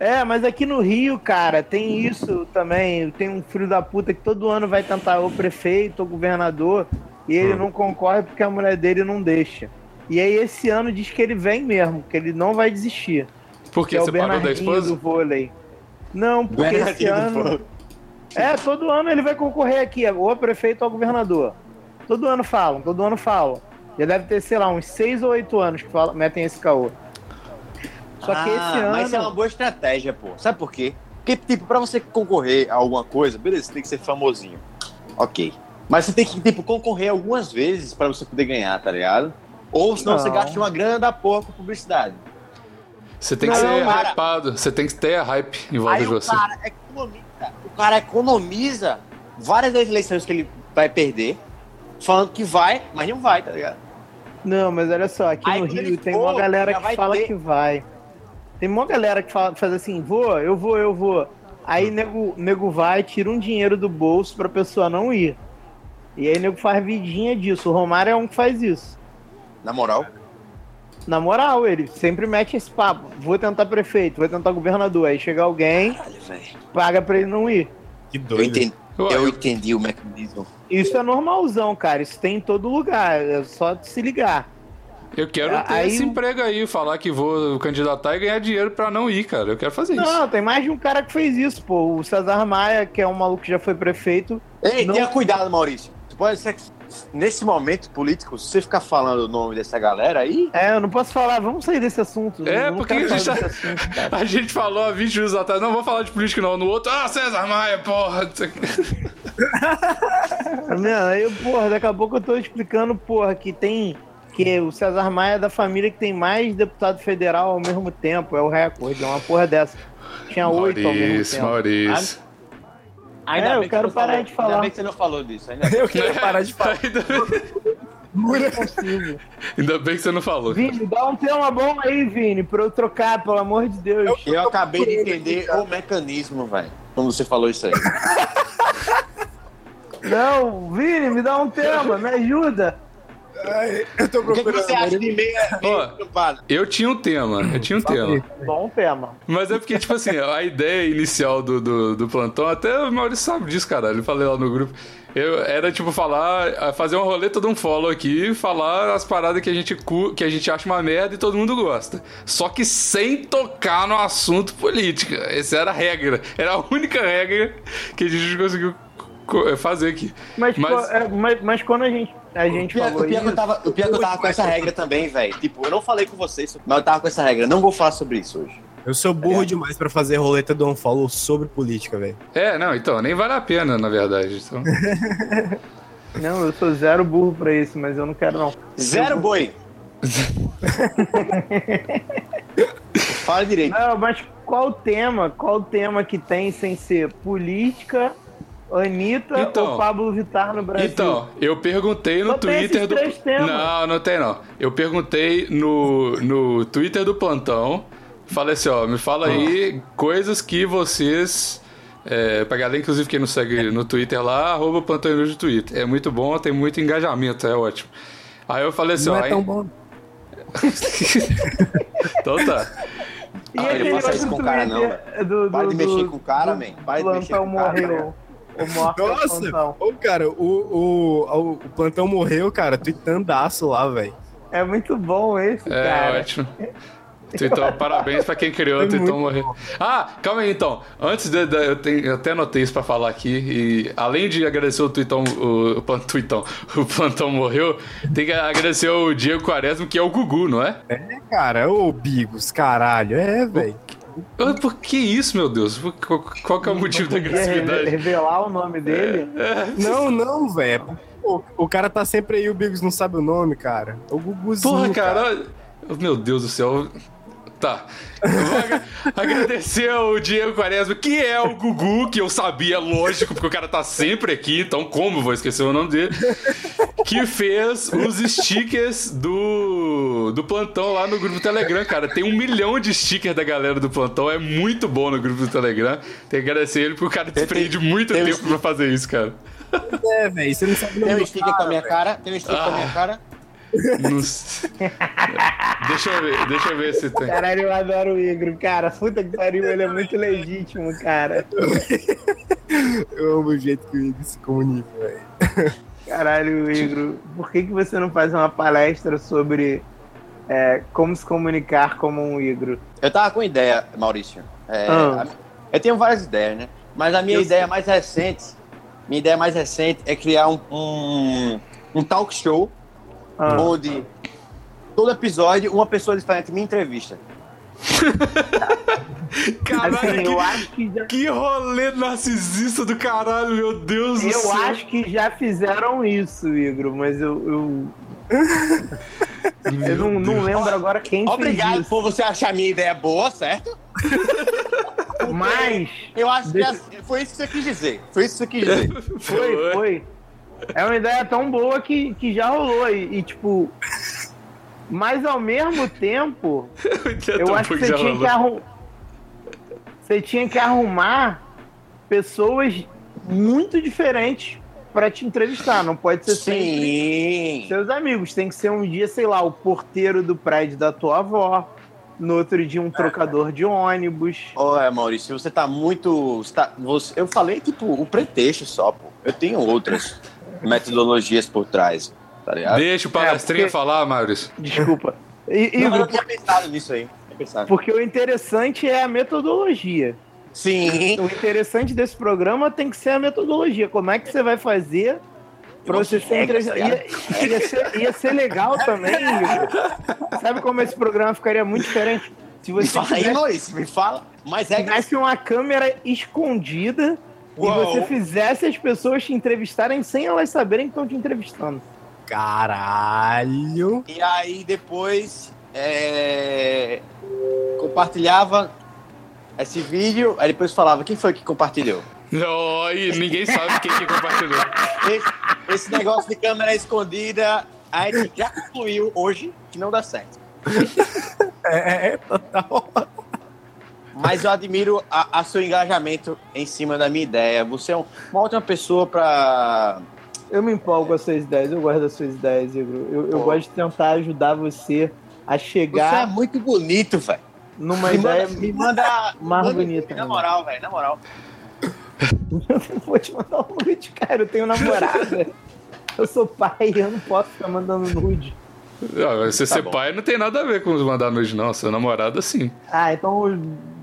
Speaker 8: É, mas aqui no Rio, cara, tem isso também. Tem um filho da puta que todo ano vai tentar o prefeito, o governador, e
Speaker 4: Hum.
Speaker 8: ele não concorre porque a mulher dele não deixa. E aí esse ano diz que ele vem mesmo, que ele não vai desistir.
Speaker 4: Por
Speaker 8: Que
Speaker 4: quê?
Speaker 8: é o
Speaker 4: Você parou da
Speaker 8: Bernardinho
Speaker 4: esposa?
Speaker 8: do vôlei. Não, porque esse
Speaker 6: Bernardinho do
Speaker 8: ano.
Speaker 6: vôlei.
Speaker 8: É, todo ano ele vai concorrer aqui, ou a prefeito ou a governador. Todo ano falam, todo ano falam. Já deve ter, sei lá, uns seis ou oito anos que falam, metem esse caô. Só que esse
Speaker 6: Ah,
Speaker 8: ano.
Speaker 6: Mas isso é uma boa estratégia, pô. Sabe por quê? Porque, tipo, pra você concorrer a alguma coisa, beleza, você tem que ser famosinho. Ok. Mas você tem que, tipo, concorrer algumas vezes pra você poder ganhar, tá ligado? Ou senão
Speaker 8: Não.
Speaker 6: você gasta uma grana da porra com publicidade.
Speaker 4: Você tem que
Speaker 6: Não,
Speaker 4: ser
Speaker 6: cara.
Speaker 4: hypado. Você tem que ter a hype em volta
Speaker 6: Aí
Speaker 4: de
Speaker 6: o
Speaker 4: você.
Speaker 6: cara economiza. O cara economiza várias das eleições que ele vai perder, falando que vai, mas não vai, tá ligado?
Speaker 8: Não, mas olha só, aqui
Speaker 6: Aí,
Speaker 8: no
Speaker 6: quando
Speaker 8: Rio
Speaker 6: ele
Speaker 8: tem
Speaker 6: for,
Speaker 8: uma galera
Speaker 6: já
Speaker 8: que
Speaker 6: vai
Speaker 8: fala
Speaker 6: ter.
Speaker 8: que vai. Tem uma galera que fala, faz assim, vou, eu vou, eu vou. Aí nego, nego vai, tira um dinheiro do bolso pra pessoa não ir. E aí nego faz vidinha disso. O Romário é um que faz isso.
Speaker 6: Na moral.
Speaker 8: Na moral, ele sempre mete esse papo. Vou tentar prefeito, vou tentar governador. Aí chega alguém,
Speaker 6: Caralho, velho.
Speaker 8: paga pra ele não ir.
Speaker 5: Que
Speaker 6: Eu
Speaker 5: doido.
Speaker 6: entendi,
Speaker 4: Ué,
Speaker 6: eu entendi o mecanismo.
Speaker 8: Isso é normalzão, cara. Isso tem em todo lugar. É só se ligar.
Speaker 4: Eu quero ter
Speaker 8: É, Aí
Speaker 4: esse
Speaker 8: o-
Speaker 4: emprego aí, falar que vou candidatar e ganhar dinheiro pra não ir, cara. Eu quero fazer isso.
Speaker 8: Não, tem mais de um cara que fez isso, pô. O Cesar Maia, que é um maluco que já foi prefeito,
Speaker 6: Ei,
Speaker 8: Não-
Speaker 6: tenha cuidado, Maurício. Tu pode ser que nesse momento político, se você ficar falando o nome dessa galera aí,
Speaker 8: É, eu não posso falar, vamos sair desse assunto.
Speaker 4: É,
Speaker 8: Eu não
Speaker 4: porque
Speaker 8: quero
Speaker 4: a gente
Speaker 8: falar
Speaker 4: tá-
Speaker 8: desse assunto, cara.
Speaker 4: A gente falou há 20 minutos atrás, não vou falar de política não, no outro, ah, César Maia, porra.
Speaker 8: Não, aí, eu, porra, daqui a pouco eu tô explicando, porra, que tem. Que o César Maia é da família que tem mais deputado federal ao mesmo tempo. É o recorde, é uma porra dessa. Tinha oito ao mesmo
Speaker 4: Maurício,
Speaker 8: tempo. Ah,
Speaker 4: Maurício.
Speaker 8: É, eu
Speaker 6: bem que
Speaker 8: quero
Speaker 6: você não
Speaker 8: parar
Speaker 6: falou-
Speaker 8: de falar.
Speaker 6: Ainda bem que você não falou disso. Ainda bem.
Speaker 5: Eu quero parar de falar.
Speaker 4: É, Ainda,
Speaker 8: Não é consigo.
Speaker 4: ainda bem que você não falou.
Speaker 8: Vini, dá um tema bom aí, Vini, pra eu trocar, pelo amor de Deus.
Speaker 6: Eu acabei de entender o mecanismo, velho. Quando você falou isso aí.
Speaker 8: Não, Vini, me dá um tema, me ajuda.
Speaker 5: Eu tô
Speaker 6: O que, que você acha de meia
Speaker 4: Ó.
Speaker 6: trompada?
Speaker 4: Eu tinha um tema, eu tinha um tema.
Speaker 8: Bom tema.
Speaker 4: Mas é porque, tipo assim, a ideia inicial do, do, do plantão, até o Maurício sabe disso, caralho. Eu falei lá no grupo. Eu, era tipo falar, fazer uma roleta de um follow aqui, falar as paradas que a gente cu- que a gente acha uma merda e todo mundo gosta. Só que sem tocar no assunto política. Essa era a regra. Era a única regra que a gente conseguiu co- fazer aqui.
Speaker 8: Mas,
Speaker 4: Mas-
Speaker 8: co- é, mas, mas quando a gente, a gente falou
Speaker 6: O pior que eu
Speaker 8: isso,
Speaker 6: tava, o pior que eu tava com essa regra também, velho. Tipo, eu não falei com vocês, mas eu tava com essa regra. Não vou falar sobre isso hoje.
Speaker 5: Eu sou burro demais pra fazer roleta do unfollow sobre política, velho.
Speaker 4: É, não, então, nem vale a pena, na verdade. Então,
Speaker 8: Não, eu sou zero burro pra isso, mas eu não quero não.
Speaker 6: Zero boi. Fala
Speaker 8: Ah,
Speaker 6: direito.
Speaker 8: Não, mas qual o tema? Qual o tema que tem sem ser política Anitta
Speaker 4: Então.
Speaker 8: ou Pablo Vittar no Brasil?
Speaker 4: Então, eu perguntei no
Speaker 8: Só tem
Speaker 4: Twitter
Speaker 8: esses
Speaker 4: do.
Speaker 8: três temas.
Speaker 4: Não, não tem não. Eu perguntei no, no Twitter do plantão. Falei assim, ó, me fala aí coisas que vocês. É, pra galera, inclusive, quem não segue no Twitter lá, arroba plantão Inútil no Twitter. É muito bom, tem muito engajamento, é ótimo. Aí eu falei assim,
Speaker 9: Não
Speaker 4: ó.
Speaker 9: é tão
Speaker 4: hein-
Speaker 9: bom.
Speaker 4: então tá.
Speaker 8: e
Speaker 6: Ah, ele
Speaker 8: aquele
Speaker 6: não passa
Speaker 8: outro
Speaker 6: isso com o cara, não,
Speaker 8: Twitter do, do,
Speaker 6: Para de
Speaker 8: do-
Speaker 6: mexer com o cara, man. Para de mexer
Speaker 8: plantão
Speaker 6: com o cara.
Speaker 8: morreu. O morto é
Speaker 5: Nossa!
Speaker 8: plantão.
Speaker 5: Ô, cara, o, o, o plantão morreu, cara, tuitandaço lá, velho.
Speaker 8: É muito bom esse,
Speaker 4: É
Speaker 8: cara.
Speaker 4: ótimo. Então, parabéns pra quem criou o
Speaker 5: Foi
Speaker 4: Tritão
Speaker 5: muito
Speaker 4: morrer. Ah, calma aí então. Antes de, de- eu, tenho- eu até anotei isso pra falar aqui. E além de agradecer o Tritão, o, o Plan- Tuitão, o Plantão morreu, tem que agradecer o Diego Quaresma, que é o Gugu, não é?
Speaker 5: Cara, ô Bigos, caralho. É, velho.
Speaker 4: Ah, Por que isso, meu Deus? Por- Qual, qual que é o motivo da
Speaker 8: Podia reve-
Speaker 4: agressividade?
Speaker 8: revelar o
Speaker 4: É.
Speaker 8: nome dele?
Speaker 5: Não, não, velho. O, o cara tá sempre aí, o Bigos não sabe o nome, cara. É O Guguzinho.
Speaker 4: Porra, cara. oh, Meu Deus do céu. Tá. Eu vou agra- agradecer ao Diego Quaresma, que é o Gugu, que eu sabia, lógico, porque o cara tá sempre aqui, então como eu vou esquecer o nome dele? Que fez os stickers do, do plantão lá no grupo do Telegram, cara. Tem um milhão de stickers da galera do plantão, é muito bom no grupo do Telegram. Tem que agradecer ele, porque o cara desprende muito
Speaker 6: tem um
Speaker 4: tempo pra fazer isso, cara.
Speaker 5: É, velho. Você não sabe o nome
Speaker 6: Tem um
Speaker 5: do
Speaker 6: sticker com a minha cara, tem um sticker com a
Speaker 8: Ah.
Speaker 6: minha cara.
Speaker 4: Não sei. deixa eu ver, deixa eu ver se tem.
Speaker 8: Caralho, eu adoro o Igro, cara. Puta que pariu, ele é muito legítimo, cara.
Speaker 4: É,
Speaker 5: Eu amo é o jeito que o Igor se comunica, velho.
Speaker 8: Caralho, Igro, por que, que você não faz uma palestra sobre é, como se comunicar como um Igro?
Speaker 6: Eu tava com ideia, Maurício. É,
Speaker 8: Ah.
Speaker 6: a- Eu tenho várias ideias, né? Mas a minha
Speaker 8: Eu
Speaker 6: ideia mais recente, minha ideia mais recente é criar um, um, um talk show
Speaker 8: Ah.
Speaker 6: onde todo episódio uma pessoa diferente me entrevista.
Speaker 8: Assim, eu
Speaker 4: Caralho,
Speaker 8: acho que já,
Speaker 4: que, que rolê narcisista do caralho, meu Deus do
Speaker 8: eu
Speaker 4: céu.
Speaker 8: acho que já fizeram isso, Igro, mas eu, eu, eu não, não lembro agora quem
Speaker 6: Obrigado
Speaker 8: fez
Speaker 6: por você achar a minha ideia boa, certo?
Speaker 8: isso. Mas
Speaker 6: Eu acho que
Speaker 8: Deixa-
Speaker 6: assim- foi isso que você quis dizer. Foi isso que você quis dizer.
Speaker 8: foi, foi. É uma ideia tão boa que, que já rolou. E, e, tipo. Mas ao mesmo tempo,
Speaker 6: um
Speaker 8: eu acho que você tinha que arrumar. Você tinha que arrumar pessoas muito diferentes pra te entrevistar. Não pode ser sempre
Speaker 6: Sim.
Speaker 8: seus amigos. Tem que ser um dia, sei lá, o porteiro do prédio da tua avó. No outro dia, um trocador de ônibus.
Speaker 6: Olha, Maurício, você tá muito. você tá- você- eu falei, tipo, o pretexto só, pô. Eu tenho outras metodologias por trás, tá ligado?
Speaker 4: Deixa o
Speaker 8: É,
Speaker 4: palestrinha
Speaker 8: porque-
Speaker 4: falar, Maurício.
Speaker 8: Desculpa. E,
Speaker 6: Não,
Speaker 8: Igor,
Speaker 6: mas eu tinha pensado nisso aí. tinha pensado.
Speaker 8: porque o interessante é a metodologia.
Speaker 6: Sim.
Speaker 8: O interessante desse programa tem que ser a metodologia. Como é que você vai fazer pra você ser interessante? Ia, ia ser, ia ser legal também. Igor. Sabe como esse programa ficaria muito diferente? Se
Speaker 6: Me
Speaker 8: você
Speaker 6: fala aí,
Speaker 8: tivesse,
Speaker 6: Maurício, me fala. Mas é
Speaker 8: tivesse uma câmera escondida e você fizesse as pessoas te entrevistarem sem elas saberem que estão te entrevistando.
Speaker 5: Caralho.
Speaker 6: E aí depois é, compartilhava esse vídeo, aí depois falava, quem foi que compartilhou?
Speaker 4: Não, e ninguém sabe quem que compartilhou.
Speaker 6: Esse, esse negócio de câmera escondida, a gente já concluiu hoje que não dá certo.
Speaker 5: É, é, total.
Speaker 6: Mas eu admiro a, a seu engajamento em cima da minha ideia. Você é um- uma ótima pessoa pra.
Speaker 8: Eu me empolgo com as suas ideias, eu gosto das suas ideias, Igor. Eu, eu
Speaker 6: Pô.
Speaker 8: gosto de tentar ajudar você a
Speaker 6: Você é
Speaker 8: chegar
Speaker 6: muito bonito, velho.
Speaker 8: numa
Speaker 6: Me
Speaker 8: ideia
Speaker 6: manda, me manda.
Speaker 8: mais
Speaker 6: manda-
Speaker 8: bonita.
Speaker 6: Na
Speaker 8: né?
Speaker 6: moral, velho, na moral.
Speaker 8: Eu vou te mandar um nude, cara. Eu tenho namorada. Eu sou pai, eu não posso ficar mandando nude.
Speaker 4: Não, você ser
Speaker 6: bom.
Speaker 4: pai não tem nada a ver com os mandar noite, não. Seu namorado, assim. sim.
Speaker 8: Ah, então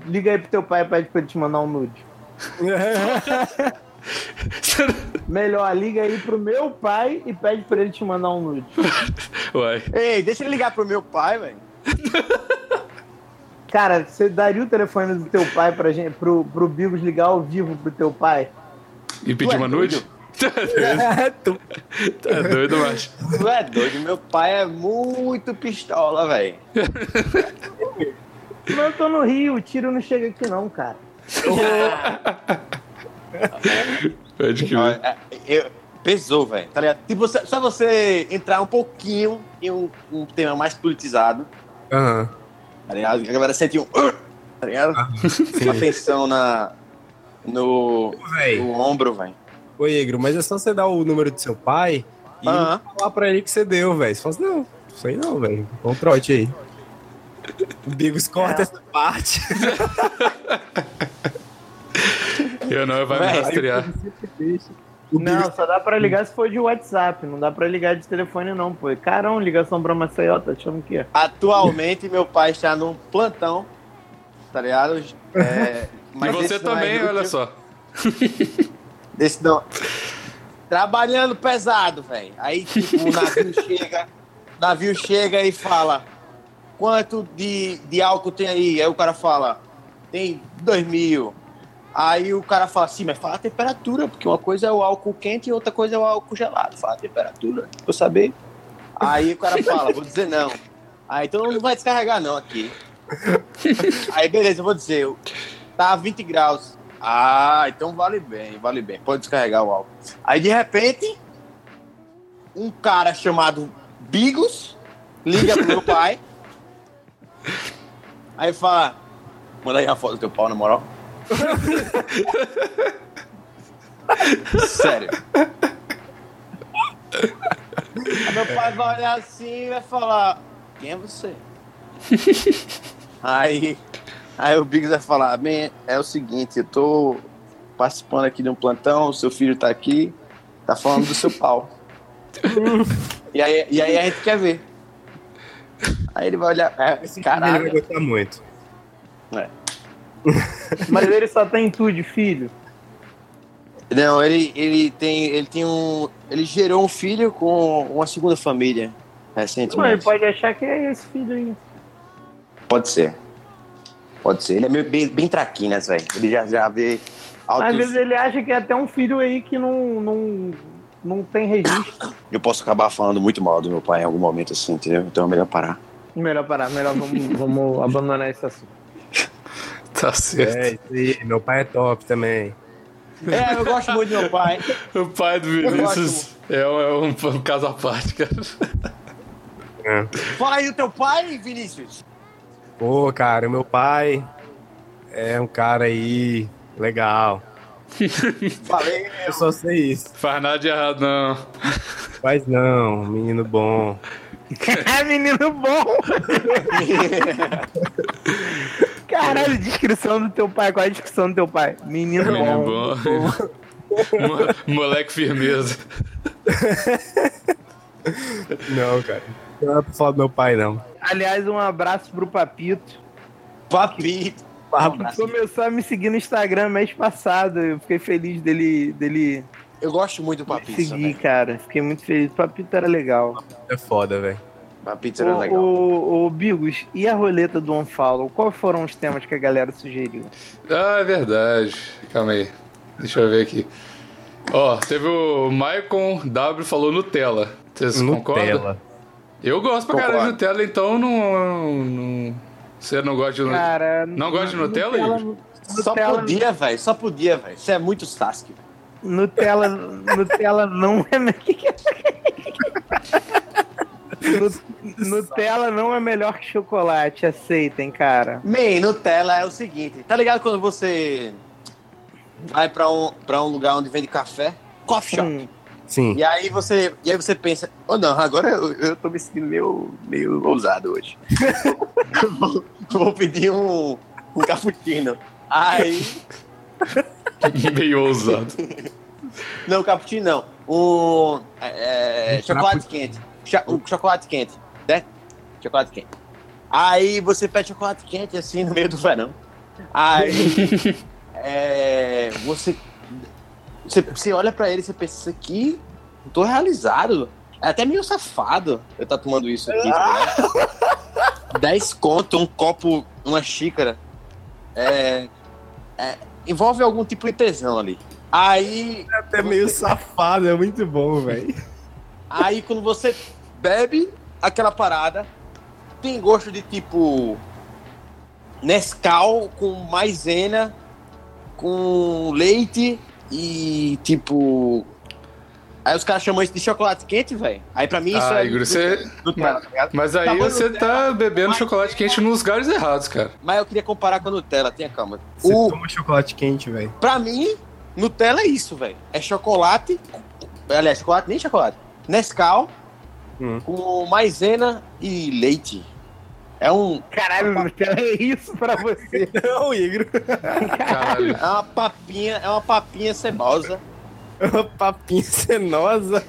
Speaker 8: liga aí pro teu pai e pede pra ele te mandar um nude. Melhor, liga aí pro meu pai e pede pra ele te mandar um nude.
Speaker 4: Uai.
Speaker 6: Ei, deixa ele ligar pro meu pai, velho.
Speaker 8: Cara, você daria o telefone do teu pai pra gente, pro, pro Bigos ligar ao vivo pro teu pai?
Speaker 4: E pedir
Speaker 6: é
Speaker 4: uma nude? Tá doido? Tá doido, macho.
Speaker 6: Tu é doido, meu pai é muito pistola, velho.
Speaker 8: Não, eu tô no Rio, o tiro não chega aqui não, cara.
Speaker 4: Eu adquiri.
Speaker 6: É, eu- pesou, velho. Tá ligado? Tipo, você- só você entrar um pouquinho em um, um tema mais politizado,
Speaker 5: Aham.
Speaker 6: tá ligado? A galera sente um. "Ugh", Tá ligado? Uma tensão na, no,
Speaker 5: Véi,
Speaker 6: no ombro, velho.
Speaker 5: ô Igro, mas é só você dar o número do seu pai e
Speaker 6: Aham.
Speaker 5: falar pra ele que você deu, velho. Você fala assim, não, isso aí não, velho. Dá um trote aí. O Bigos
Speaker 4: É.
Speaker 5: corta essa parte.
Speaker 4: Eu não, eu vai me
Speaker 6: Véi.
Speaker 4: rastrear.
Speaker 5: O
Speaker 8: Não, só dá pra ligar se for de WhatsApp, não dá pra ligar de telefone não, pô. É Carão, ligação pra Maceió, tá achando que é?
Speaker 6: Atualmente, meu pai está num plantão, tá ligado? É,
Speaker 4: E
Speaker 6: mas
Speaker 4: você
Speaker 6: esse não é
Speaker 4: também,
Speaker 6: inútil,
Speaker 4: olha só.
Speaker 6: Esse não. Trabalhando pesado, velho. Aí, tipo, o navio chega, o navio chega e fala: quanto de, de álcool tem aí? Aí o cara fala: tem dois mil. Aí o cara fala assim, mas fala a temperatura, porque uma coisa é o álcool quente e outra coisa é o álcool gelado. Fala a temperatura, pra eu saber. Aí o cara fala, vou dizer não. Aí todo mundo não vai descarregar não aqui. Aí beleza, eu vou dizer, eu- tá 20 graus. Ah, então vale bem, vale bem. Pode descarregar o álcool. Aí de repente, um cara chamado Bigos liga pro meu pai. Aí fala, manda aí a foto do teu pau, na moral. Sério. Aí meu pai vai olhar assim e vai falar: Quem é você? aí, aí o Biggs vai falar: Bem, é o seguinte, eu tô participando aqui de um plantão, o seu filho tá aqui, tá falando do seu pau. e, aí, e aí a gente quer ver. Aí ele vai olhar: é,
Speaker 5: assim, Ele
Speaker 6: Caralho.
Speaker 5: vai gostar muito.
Speaker 8: Mas ele só tem tudo, filho.
Speaker 6: Não, ele, ele tem. Ele tem um. Ele gerou um filho com uma segunda família
Speaker 8: Mas ele
Speaker 6: recentemente.
Speaker 8: pode achar que é esse filho aí.
Speaker 6: Pode ser. Pode ser. Ele é meio bem, bem traquinas, velho. Ele já, já vê altos.
Speaker 8: Às vezes ele acha que é até um filho aí que não, não, não tem registro.
Speaker 6: Eu posso acabar falando muito mal do meu pai em algum momento, assim, entendeu? Então é melhor parar.
Speaker 8: Melhor parar, melhor vamos, vamos abandonar esse assunto.
Speaker 4: Tá certo.
Speaker 5: É, isso aí. Meu pai é top também.
Speaker 6: É, eu gosto muito do meu pai.
Speaker 8: É.
Speaker 4: O pai do Vinícius é um, é um- um caso à parte, cara.
Speaker 6: Fala aí do teu pai, Vinícius.
Speaker 5: Pô, cara, o meu pai é um cara aí legal.
Speaker 6: Falei.
Speaker 5: Eu só sei isso.
Speaker 4: Faz nada de errado, não.
Speaker 5: Mas não, menino bom.
Speaker 8: É menino bom! Caralho, Tá descrição do teu pai, qual é a descrição do teu pai? Menino,
Speaker 4: Menino
Speaker 8: bom.
Speaker 4: bom. Mo- Moleque firmeza.
Speaker 5: Não, cara. Não é pra falar do meu pai, não.
Speaker 8: Aliás, um abraço pro Papito.
Speaker 6: Papito. Ah,
Speaker 8: Começou a me seguir no Instagram mês passado. Eu fiquei feliz dele, dele
Speaker 6: Eu gosto muito do
Speaker 8: me
Speaker 6: papito. né?
Speaker 8: seguir,
Speaker 6: velho.
Speaker 8: cara. Fiquei muito feliz. O Papito era legal.
Speaker 5: É foda, velho.
Speaker 6: Papito era
Speaker 8: O,
Speaker 6: é legal.
Speaker 8: o, o Bigos, e a roleta do Unfollow? Quais foram os temas que a galera sugeriu?
Speaker 4: Ah, é verdade. Calma aí. Deixa eu ver aqui. Ó, teve o Maicon W falou Nutella. Vocês concordam?
Speaker 5: Nutella.
Speaker 4: Eu gosto pra caralho de
Speaker 6: Concordo.
Speaker 4: Nutella, então não. não- Você não gosta de Nutella?
Speaker 8: Cara,
Speaker 4: Não gosta de Nutella,
Speaker 8: Nutella,
Speaker 6: Só
Speaker 8: Nutella-
Speaker 6: podia, velho. Só podia, velho. Você é muito Sasuke. velho.
Speaker 8: Nutella, Nutella não é. que que é? Nu- Nutella não é melhor que chocolate, aceitem, cara.
Speaker 6: Man, Nutella é o seguinte, tá ligado quando você vai pra um, pra um lugar onde vende café? Coffee shop.
Speaker 8: Hum,
Speaker 5: Sim.
Speaker 6: E aí você, e aí você pensa, oh não, agora eu, eu tô me sentindo meio, meio ousado hoje. vou, vou pedir um, um cappuccino. Aí,
Speaker 4: Meio ousado.
Speaker 6: não, cappuccino não, um é, é, chocolate quente. Cho- um chocolate quente, né? Chocolate quente. Aí você pede chocolate quente assim no meio do verão. Aí é, você, você, você olha pra ele e você pensa, isso aqui, eu tô realizado. É até meio safado eu tá tomando isso aqui. Tá ligado? 10 conto, um copo, uma xícara. É, é, envolve algum tipo de tesão ali. Aí,
Speaker 5: É meio safado, é muito bom, velho.
Speaker 6: aí quando você bebe aquela parada, tem gosto de tipo Nescau com maisena, com leite, E, tipo. Aí os caras chamam isso de chocolate quente, velho. Aí pra mim isso
Speaker 4: Ah,
Speaker 6: é.
Speaker 4: Igor, você.
Speaker 6: Nutella, tá ligado?
Speaker 4: Mas aí
Speaker 6: Tá bom,
Speaker 4: você tá bebendo chocolate quente nos lugares errados, cara.
Speaker 6: Mas eu queria comparar com a Nutella, tenha calma.
Speaker 5: Você
Speaker 6: O,
Speaker 5: toma chocolate quente, velho.
Speaker 6: pra mim, Nutella é isso, velho. É chocolate. Aliás, chocolate, nem chocolate. Nescau
Speaker 3: Hum.
Speaker 6: com maisena e leite. É um.
Speaker 8: Caralho, Nutella, é isso pra você.
Speaker 5: Não, Igor.
Speaker 4: Caralho.
Speaker 6: É uma papinha, é uma papinha cebosa.
Speaker 5: É uma papinha cenosa.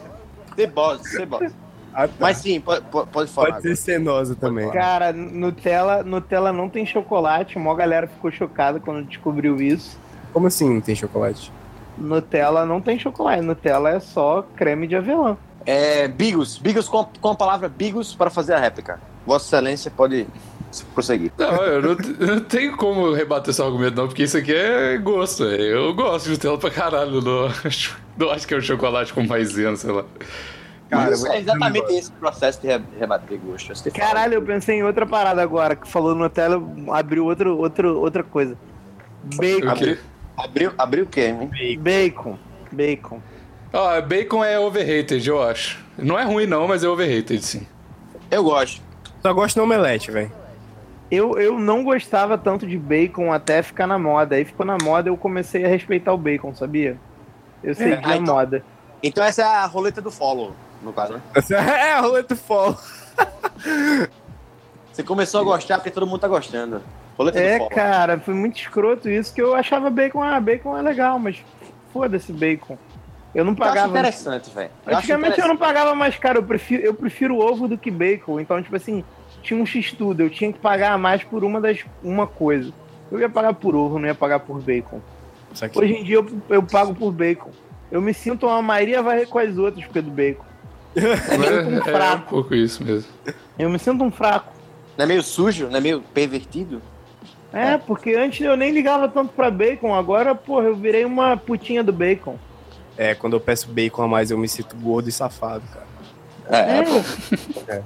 Speaker 6: Cebosa, cebosa.
Speaker 5: Ah, tá.
Speaker 6: Mas sim, pode, pode, pode falar.
Speaker 5: pode ser cenosa também.
Speaker 8: Cara, Nutella, Nutella não tem chocolate. Mó galera ficou chocada quando descobriu isso.
Speaker 5: Como assim não tem chocolate?
Speaker 8: Nutella não tem chocolate. Nutella é só creme de avelã.
Speaker 6: É, Bigos, Bigos com, com a palavra Bigos para fazer a réplica. Vossa Excelência pode prosseguir.
Speaker 4: Não, eu não, eu não tenho como rebater esse argumento, não, porque isso aqui é gosto, velho. Eu gosto de Nutella pra caralho. Não, não acho que é um chocolate com maisena, sei lá.
Speaker 5: Cara,
Speaker 6: Mas
Speaker 5: eu vou
Speaker 6: é
Speaker 5: dizer um
Speaker 6: exatamente
Speaker 5: negócio.
Speaker 6: esse processo de re- rebater gosto. Você fala.
Speaker 8: Caralho, eu pensei em outra parada agora. Que falou Nutella, abriu outro, outro, outra coisa. Bacon.
Speaker 4: O quê?
Speaker 6: Abriu, abriu o quê, hein?
Speaker 8: Bacon. Bacon.
Speaker 4: Ah, bacon é overrated, eu acho. Não é ruim, não, mas é overrated, sim.
Speaker 6: Eu gosto.
Speaker 5: Só gosto de omelete, velho.
Speaker 8: Eu, eu não gostava tanto de bacon até ficar na moda. Aí ficou na moda, eu comecei a respeitar o bacon, sabia? Eu segui
Speaker 6: Ah,
Speaker 8: a
Speaker 6: então-
Speaker 8: moda.
Speaker 6: Então essa é a roleta do follow, no caso, né?
Speaker 5: É, a roleta follow.
Speaker 6: Você começou a gostar porque todo mundo tá gostando. Roleta do
Speaker 8: É,
Speaker 6: follow.
Speaker 8: cara, foi muito escroto isso, que eu achava bacon, ah, bacon é legal, mas foda-se bacon. Eu não
Speaker 6: Eu acho
Speaker 8: pagava.
Speaker 6: interessante, velho. acho
Speaker 8: Antigamente eu não
Speaker 6: interessante.
Speaker 8: pagava mais caro, eu prefiro, eu prefiro ovo do que bacon. Então, tipo assim, tinha um X-tudo, eu tinha que pagar a mais por uma das uma coisa. Eu ia pagar por ovo, não ia pagar por bacon.
Speaker 5: Só que
Speaker 8: Hoje em dia eu, eu pago por bacon. Eu me sinto uma Maria vai com as outras porque do bacon.
Speaker 4: É,
Speaker 8: muito
Speaker 4: é, um
Speaker 8: fraco.
Speaker 4: pouco isso mesmo.
Speaker 8: Eu me sinto um fraco.
Speaker 6: Não é meio sujo? Não é meio pervertido?
Speaker 8: É, porque antes eu nem ligava tanto pra bacon, agora, porra, eu virei uma putinha do bacon.
Speaker 5: É, quando eu peço bacon a mais, eu me sinto gordo e safado, cara.
Speaker 6: É,
Speaker 8: É,
Speaker 6: é, pô.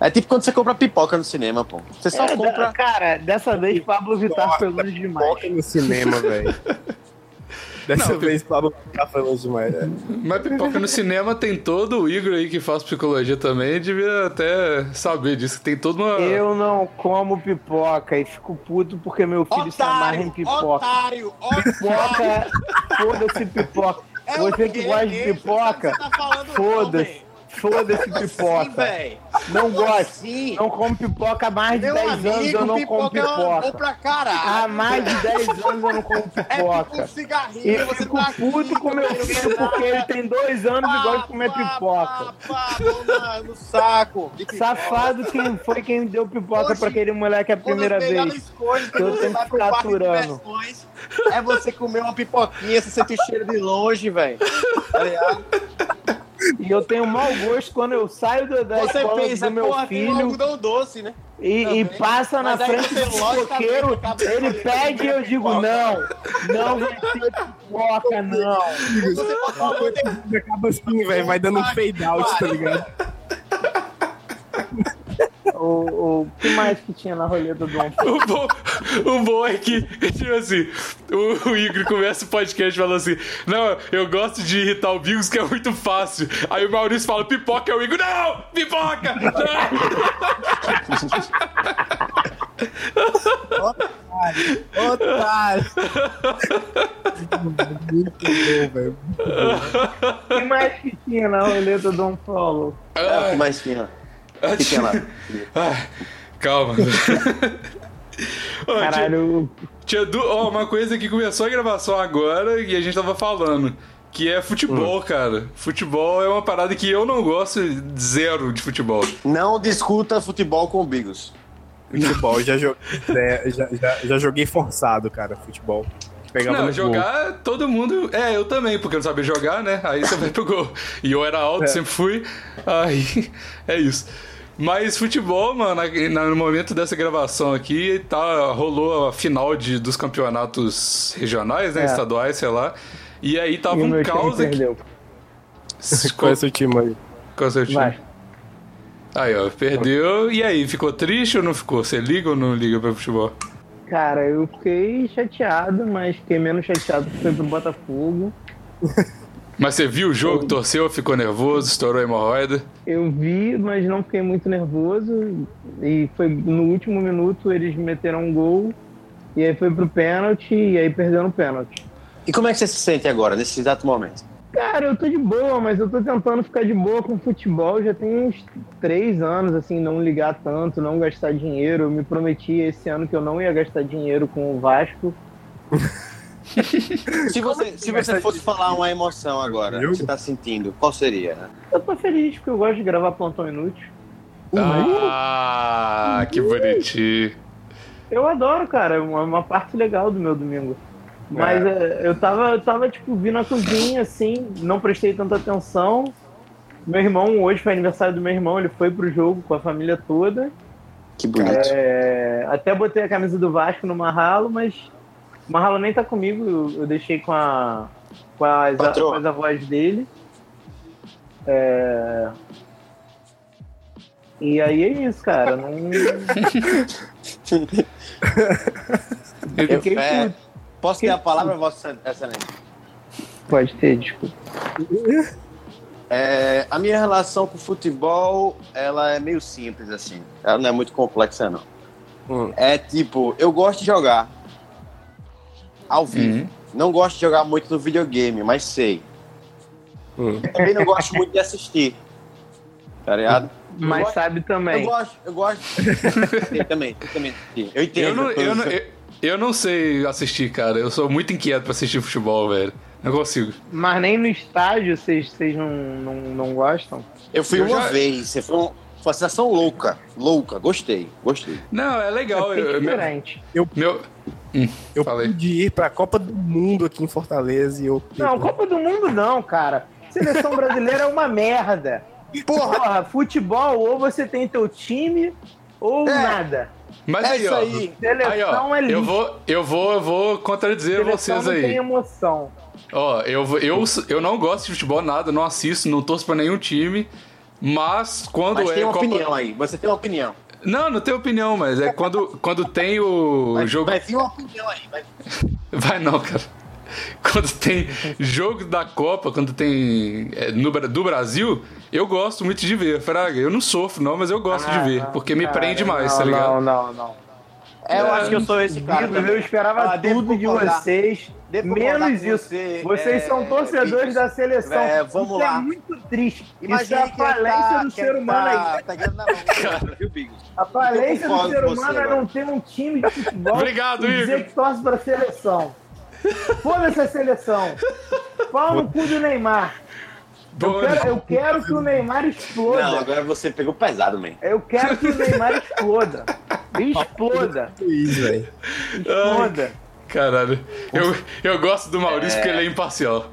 Speaker 6: É tipo quando você compra pipoca no cinema, pô. Você só
Speaker 8: é, da-
Speaker 6: compra.
Speaker 8: Cara, dessa vez Pablo Vittar foi longe demais.
Speaker 5: Pipoca no cinema, velho. Dessa
Speaker 4: Não,
Speaker 5: vez, Pablo tá falando demais. né?
Speaker 4: Mas pipoca no cinema tem todo o Igor aí que faz psicologia também, devia até saber disso, que tem toda uma.
Speaker 8: Eu não como pipoca e fico puto porque meu filho se amarra em pipoca.
Speaker 6: otário, otário. É
Speaker 8: Pipoca, foda-se pipoca. Você que gosta de pipoca,
Speaker 6: tá
Speaker 8: foda-se. Foda-se
Speaker 6: assim,
Speaker 8: pipoca. Não gosto.
Speaker 6: Sim.
Speaker 8: Não como pipoca há mais de
Speaker 6: assim? Meu
Speaker 8: 10 anos,
Speaker 6: amigo,
Speaker 8: eu não como
Speaker 6: pipoca é uma
Speaker 8: pipoca.
Speaker 6: boa pra caralho.
Speaker 8: Há mais de 10 anos eu não como
Speaker 6: É tipo
Speaker 8: pipoca.
Speaker 6: um cigarrinho,
Speaker 8: E
Speaker 6: você
Speaker 8: fico
Speaker 6: tá
Speaker 8: puto
Speaker 6: aqui,
Speaker 8: com meu
Speaker 6: comendo
Speaker 8: filho porque ele tem dois anos e gosta de comer
Speaker 6: pá,
Speaker 8: pipoca.
Speaker 6: pá, pá, mão na- no saco. de pipoca.
Speaker 8: Safado quem foi quem deu pipoca
Speaker 6: Hoje,
Speaker 8: pra aquele moleque a
Speaker 6: Quando
Speaker 8: primeira
Speaker 6: eu pegar
Speaker 8: vez.
Speaker 6: no esconde,
Speaker 8: Eu
Speaker 6: quando você
Speaker 8: tenho
Speaker 6: vai
Speaker 8: que
Speaker 6: pro
Speaker 8: ficar
Speaker 6: parque de
Speaker 8: aturando.
Speaker 6: diversões, é você comer uma pipoquinha, você sente o cheiro de longe, velho. Tá ligado?
Speaker 8: E eu tenho mau gosto quando eu saio da, da
Speaker 6: Você
Speaker 8: É escola
Speaker 6: pensa,
Speaker 8: do meu
Speaker 6: porra, tem um
Speaker 8: filho
Speaker 6: algodão doce, né?
Speaker 8: e, e
Speaker 6: também.
Speaker 8: passa na
Speaker 6: Mas aí
Speaker 8: frente
Speaker 6: você
Speaker 8: do
Speaker 6: logicamente
Speaker 8: pipoqueiro,
Speaker 6: acaba
Speaker 8: ele
Speaker 6: escolhendo
Speaker 8: pede e eu digo não, não vai ter pipoca, não.
Speaker 5: Acaba assim, velho. Vai dando um fade out, tá ligado?
Speaker 8: O, o que mais que tinha na roleta do Dom?
Speaker 4: O bom, o bom é que, tipo assim, o, o Igor começa o podcast falando assim: Não, eu gosto de irritar o Bigos, que é muito fácil. Aí o Maurício fala: Pipoca é o Igor. Não! Pipoca! Não!
Speaker 5: Otário.
Speaker 9: Muito bom, velho.
Speaker 8: O que mais que tinha na roleta do Dom Paulo?
Speaker 6: É, mas que,
Speaker 4: Ah,
Speaker 6: que tem lá?
Speaker 4: ah, calma. Ó, tinha-
Speaker 8: Caralho,
Speaker 4: Tinha du... ó, uma coisa que começou a gravação agora e a gente tava falando. Que é futebol, cara. Futebol é uma parada que eu não gosto zero de futebol.
Speaker 6: Não discuta futebol com bigos.
Speaker 5: Futebol, já joguei, é, já, já, já joguei forçado, cara, futebol. Pegava
Speaker 4: Não,
Speaker 5: no gol.
Speaker 4: jogar todo mundo. É, eu também, porque eu não sabia jogar, né? Aí você vai pro gol. E eu era
Speaker 8: É.
Speaker 4: alto, sempre fui. Aí é isso. Mas futebol, mano, na- no momento dessa gravação aqui, tá, rolou a final de, dos campeonatos regionais, né?
Speaker 8: É.
Speaker 4: Estaduais, sei lá. E aí tava
Speaker 8: e o
Speaker 4: um
Speaker 8: meu time
Speaker 4: caos aqui.
Speaker 8: perdeu.
Speaker 5: Qual é o seu time aí?
Speaker 4: Qual é o seu time?
Speaker 8: Vai.
Speaker 4: Aí, ó, perdeu. E aí, ficou triste ou não ficou? Você liga ou não liga pra futebol?
Speaker 8: cara, eu fiquei chateado, mas fiquei menos chateado que foi pro Botafogo.
Speaker 4: Mas você viu o jogo, torceu, ficou nervoso, estourou a hemorroida.
Speaker 8: Eu vi, mas não fiquei muito nervoso. E foi no último minuto eles meteram um gol. E aí foi pro pênalti e aí perderam o pênalti.
Speaker 6: E como é que você se sente agora, nesse exato momento?
Speaker 8: Cara, eu tô de boa, mas eu tô tentando ficar de boa com futebol. Já tem uns três anos, assim, não ligar tanto, não gastar dinheiro. Eu me prometi esse ano que eu não ia gastar dinheiro com o Vasco.
Speaker 6: Se você, se é você fosse falar uma emoção agora, que você tá sentindo, qual seria? né?
Speaker 8: Eu tô feliz porque eu gosto de gravar plantão inútil.
Speaker 4: Ah, que bonitinho.
Speaker 8: Eu adoro, cara. É uma, uma parte legal do meu domingo. Mas é, eu, tava, eu tava, tipo, vindo a cozinha, assim, não prestei tanta atenção. Meu irmão, hoje foi aniversário do meu irmão, ele foi pro jogo com a família toda.
Speaker 6: Que bonito.
Speaker 8: É, até botei a camisa do Vasco no Marralo, mas o Marralo nem tá comigo, eu, eu deixei com, a, com, as,
Speaker 6: Patroa.
Speaker 8: com as avós dele. É, E aí é isso, cara. Não... eu fiquei
Speaker 6: É,
Speaker 8: puto.
Speaker 6: posso ter a palavra, Vossa Excelência?
Speaker 8: Pode ter, desculpa.
Speaker 6: É, a minha relação com o futebol, ela é meio simples, assim. Ela não é muito complexa, não.
Speaker 5: Hum,
Speaker 6: É tipo, eu gosto de jogar ao vivo.
Speaker 4: Uhum.
Speaker 6: Não gosto de jogar muito no videogame, mas sei.
Speaker 3: Hum.
Speaker 6: Também não gosto muito de assistir. Tá ligado?
Speaker 8: Mas
Speaker 6: gosto-
Speaker 8: sabe
Speaker 6: Eu
Speaker 8: também.
Speaker 6: gosto, eu gosto. eu também, eu também. assisti. é Eu entendo.
Speaker 4: Eu não, eu, não, eu, eu não sei assistir, cara. Eu sou muito inquieto pra assistir futebol, velho. Não consigo.
Speaker 8: Mas nem no estádio vocês vocês não, não, não gostam?
Speaker 6: Eu fui
Speaker 4: eu
Speaker 6: uma
Speaker 4: já-
Speaker 6: vez, você foi, um- foi uma sensação louca. Louca, gostei, gostei.
Speaker 4: Não, é legal.
Speaker 8: é
Speaker 4: eu- eu- meu,
Speaker 8: diferente.
Speaker 4: meu- hum,
Speaker 3: Eu
Speaker 4: Falei.
Speaker 3: pude ir pra Copa do Mundo aqui em Fortaleza e eu.
Speaker 8: Não, Copa do Mundo não, cara. Seleção brasileira é uma merda. Porra, futebol ou você tem teu time ou nada.
Speaker 4: Mas
Speaker 6: É
Speaker 4: aí,
Speaker 6: isso
Speaker 4: ó.
Speaker 6: aí.
Speaker 4: Aí,
Speaker 8: Seleção
Speaker 4: ó,
Speaker 8: é lixo.
Speaker 4: eu vou, eu vou, eu vou contradizer
Speaker 8: Seleção
Speaker 4: vocês
Speaker 8: não
Speaker 4: aí.
Speaker 8: tem um- emoção.
Speaker 4: Ó, eu, vou- eu, eu não gosto de futebol nada, não assisto, não torço pra nenhum time. Mas quando
Speaker 6: Mas
Speaker 4: é
Speaker 6: tem uma
Speaker 4: Copa-
Speaker 6: opinião aí, você tem uma opinião.
Speaker 4: Não, não tem opinião, mas é quando, quando tem o
Speaker 6: Vai,
Speaker 4: jogo.
Speaker 6: vai vir uma opinião aí, vai
Speaker 4: Vai não, cara. Quando tem jogo da Copa, quando tem. é, no, Bra- do Brasil, eu gosto muito de ver, Fraga. Eu não sofro, não, mas eu gosto de ver, porque me
Speaker 8: Cara,
Speaker 4: prende mais,
Speaker 8: Ah, não,
Speaker 4: tá ligado?
Speaker 8: Não, não, não.
Speaker 6: É, eu acho que eu sou esse cara.
Speaker 8: Vitor, eu esperava
Speaker 6: Ah, devo
Speaker 8: tudo de
Speaker 6: concordar.
Speaker 8: vocês,
Speaker 6: Devo concordar
Speaker 8: menos
Speaker 6: com
Speaker 8: isso.
Speaker 6: você,
Speaker 8: vocês
Speaker 6: é,
Speaker 8: são torcedores
Speaker 6: Vitor.
Speaker 8: da seleção.
Speaker 6: É, vamos
Speaker 8: isso
Speaker 6: lá.
Speaker 8: é muito triste. isso é
Speaker 6: Imagina
Speaker 8: a falência do ser humano aí.
Speaker 6: Tá ganhando na mão, viu, Bigos?
Speaker 8: A falência do
Speaker 6: concordo
Speaker 8: ser
Speaker 6: com você,
Speaker 8: humano é
Speaker 6: mano.
Speaker 8: não ter um time de futebol
Speaker 4: Obrigado,
Speaker 8: e dizer
Speaker 4: Igor.
Speaker 8: que torce pra seleção. Foda-se a seleção. Pau no cu do Neymar.
Speaker 4: Bom,
Speaker 8: Eu quero, eu quero que o Neymar exploda.
Speaker 6: Não, agora você pegou pesado, man.
Speaker 8: Eu quero que o Neymar exploda. Exploda.
Speaker 9: Isso, velho.
Speaker 8: Exploda.
Speaker 4: Caralho. Eu, eu gosto do Maurício porque ele é imparcial.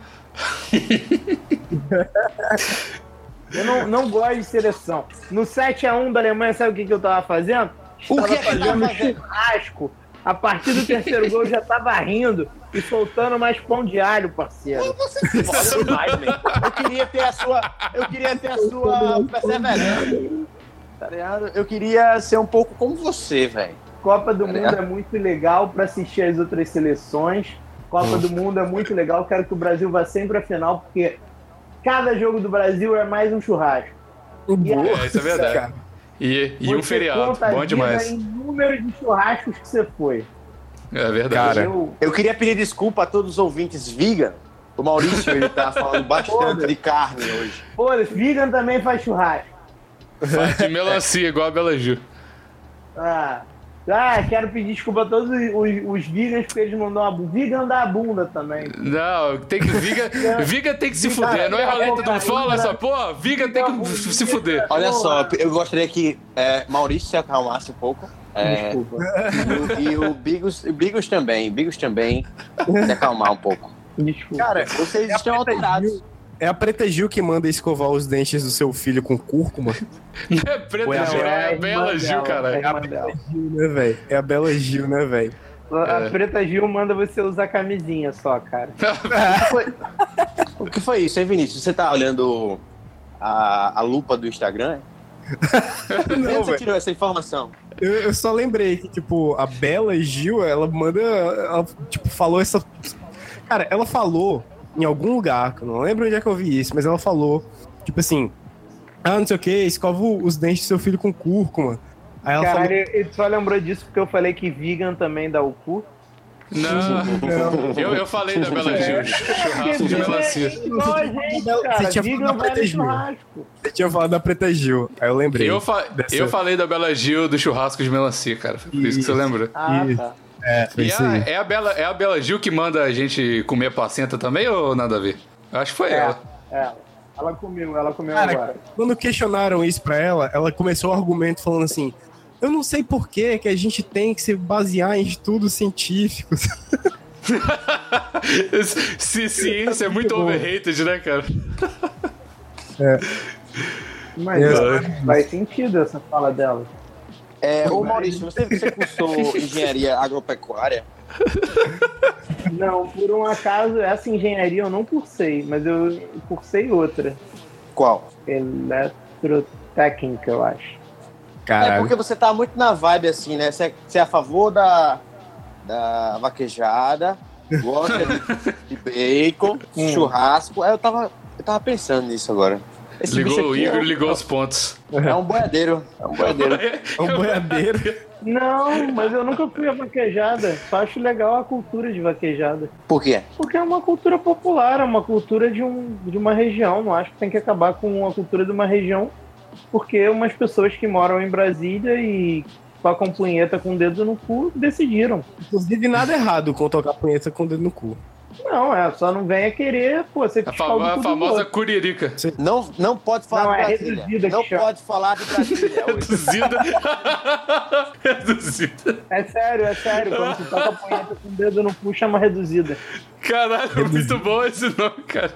Speaker 8: Eu não, não gosto de seleção. No 7x1 da Alemanha, sabe o que, que eu tava fazendo?
Speaker 6: O
Speaker 8: Estava
Speaker 6: que é que
Speaker 8: fazendo um
Speaker 6: tava fazendo?
Speaker 8: churrasco. A partir do terceiro gol eu já tava rindo e soltando mais pão de alho, parceiro.
Speaker 6: Olha demais, man. um Eu queria ter a sua. Eu queria ter a sua perseverança. Tá ligado? Eu queria ser um pouco como você, velho.
Speaker 8: Copa do
Speaker 6: Tá
Speaker 8: Mundo
Speaker 6: ligado?
Speaker 8: é muito legal pra assistir as outras seleções. Copa do Mundo é muito legal. Quero que o Brasil vá sempre à final, porque cada jogo do Brasil é mais um churrasco. E aí
Speaker 4: É, isso é verdade. E, e um
Speaker 8: você
Speaker 4: feriado.
Speaker 8: conta a
Speaker 4: Bom
Speaker 8: vida
Speaker 4: demais.
Speaker 8: em número de churrascos que você foi.
Speaker 4: É verdade.
Speaker 3: Cara.
Speaker 8: Eu,
Speaker 6: Eu queria pedir desculpa a todos os ouvintes vegan. O Maurício, ele tá falando bastante de carne hoje.
Speaker 8: pô, vegan também faz churrasco.
Speaker 4: Faz de melancia, igual a Bela Gil.
Speaker 8: Ah, ah, quero pedir desculpa a todos os, os, os vegans, porque eles não dão a bunda. Vegan dá a bunda também.
Speaker 4: Não, tem que. Viga, Viga tem que se fuder. Não é roleta não fala essa porra? Viga tem que se fuder.
Speaker 6: Olha só, eu gostaria que é, Maurício se acalmasse um pouco. É,
Speaker 8: Desculpa.
Speaker 6: E o- E o Bigos, o Bigos também, Bigos também, se acalmar um pouco.
Speaker 8: Desculpa.
Speaker 6: Cara, vocês estão alterados.
Speaker 3: É a Preta Gil que manda escovar os dentes do seu filho com cúrcuma.
Speaker 4: Não é preto,
Speaker 3: Ué,
Speaker 4: Gil, é,
Speaker 8: irmã
Speaker 4: Bela Gil,
Speaker 8: dela,
Speaker 4: caralho.
Speaker 8: é a irmã dela.
Speaker 3: Gil, né, velho? É a Bela Gil, né, velho?
Speaker 4: É.
Speaker 8: A Preta Gil manda você usar camisinha só, cara.
Speaker 6: O que foi isso, hein, Vinícius? Você tá olhando a, a lupa do Instagram? é? De onde
Speaker 3: Não,
Speaker 6: você
Speaker 3: velho.
Speaker 6: tirou essa informação?
Speaker 5: Eu, eu só lembrei que, tipo, a Bela Gil, ela manda. Ela, tipo, falou essa. Cara, ela falou em algum lugar, que eu não lembro onde é que eu vi isso, mas ela falou, tipo assim. Ah, não sei o que, escova os dentes do seu filho com cúrcuma. Aí ela
Speaker 8: Caralho, ele só lembrou disso porque eu falei que vegan também dá o cu.
Speaker 4: Não, eu, eu falei da Bela Gil, churrasco de
Speaker 8: vegan
Speaker 4: Ah, melancia.
Speaker 8: é igual a gente,
Speaker 5: Você
Speaker 8: cara.
Speaker 5: tinha
Speaker 8: Vegan
Speaker 5: falado da
Speaker 8: vai no
Speaker 5: Preta Gil.
Speaker 8: churrasco.
Speaker 5: falou, tinha falado da Preta Gil. Aí eu lembrei.
Speaker 4: Eu, fa-
Speaker 5: dessa-
Speaker 4: eu falei da Bela Gil do churrasco de melancia, cara. Foi por isso, que você
Speaker 5: Isso.
Speaker 4: lembra.
Speaker 8: Ah,
Speaker 5: Isso.
Speaker 8: tá.
Speaker 5: É, foi
Speaker 4: E
Speaker 5: isso
Speaker 4: a,
Speaker 5: aí.
Speaker 4: é, a Bela, é a Bela Gil que manda a gente comer placenta também ou nada a ver? Eu Acho que foi ela.
Speaker 8: É, ela comeu, ela comeu
Speaker 5: Cara,
Speaker 8: agora.
Speaker 5: Quando questionaram isso pra ela, ela começou o argumento falando assim: Eu não sei por que que a gente tem que se basear em estudos científicos.
Speaker 4: Se ciência é muito overrated, né, cara?
Speaker 8: Mas ó, faz sentido essa fala dela.
Speaker 6: É, ô Maurício, você, você cursou engenharia agropecuária?
Speaker 8: Não, por um acaso, essa engenharia eu não cursei, mas eu cursei outra.
Speaker 6: Qual?
Speaker 8: Eletrotécnica, eu acho.
Speaker 6: É porque você tá muito na vibe assim, né? Você é, você é a favor da, da vaquejada, gosta de, de bacon,
Speaker 8: Hum.
Speaker 6: churrasco. Aí eu tava, eu tava pensando nisso agora. Esse bicho
Speaker 4: Ligou o
Speaker 6: aqui
Speaker 4: Igor
Speaker 6: é,
Speaker 4: e
Speaker 6: um-
Speaker 4: ligou os pontos.
Speaker 6: é um boiadeiro. É um boiadeiro.
Speaker 5: É um boiadeiro.
Speaker 8: Não, mas eu nunca fui a vaquejada. Só acho legal a cultura de vaquejada.
Speaker 6: Por quê?
Speaker 8: Porque é uma cultura popular, é uma cultura de, um, de uma região. Não acho que tem que acabar com a cultura de uma região, porque umas pessoas que moram em Brasília e tocam punheta com o dedo no cu decidiram.
Speaker 5: Inclusive, nada errado com tocar punheta com o dedo no cu.
Speaker 8: Não, é, só não venha querer, pô, você
Speaker 4: A,
Speaker 8: fiscal do
Speaker 4: famo- a
Speaker 8: cu do
Speaker 4: famosa
Speaker 8: outro.
Speaker 4: curirica.
Speaker 6: Não, não pode falar
Speaker 8: Não,
Speaker 6: de
Speaker 8: é
Speaker 6: Brasília.
Speaker 8: reduzida que
Speaker 6: não
Speaker 8: chama.
Speaker 6: pode falar de Brasília. hoje.
Speaker 4: Reduzida. Reduzida.
Speaker 8: É sério, é sério. Quando você toca punheta com o dedo no cu, chama reduzida.
Speaker 4: Caralho, muito bom esse nome, cara.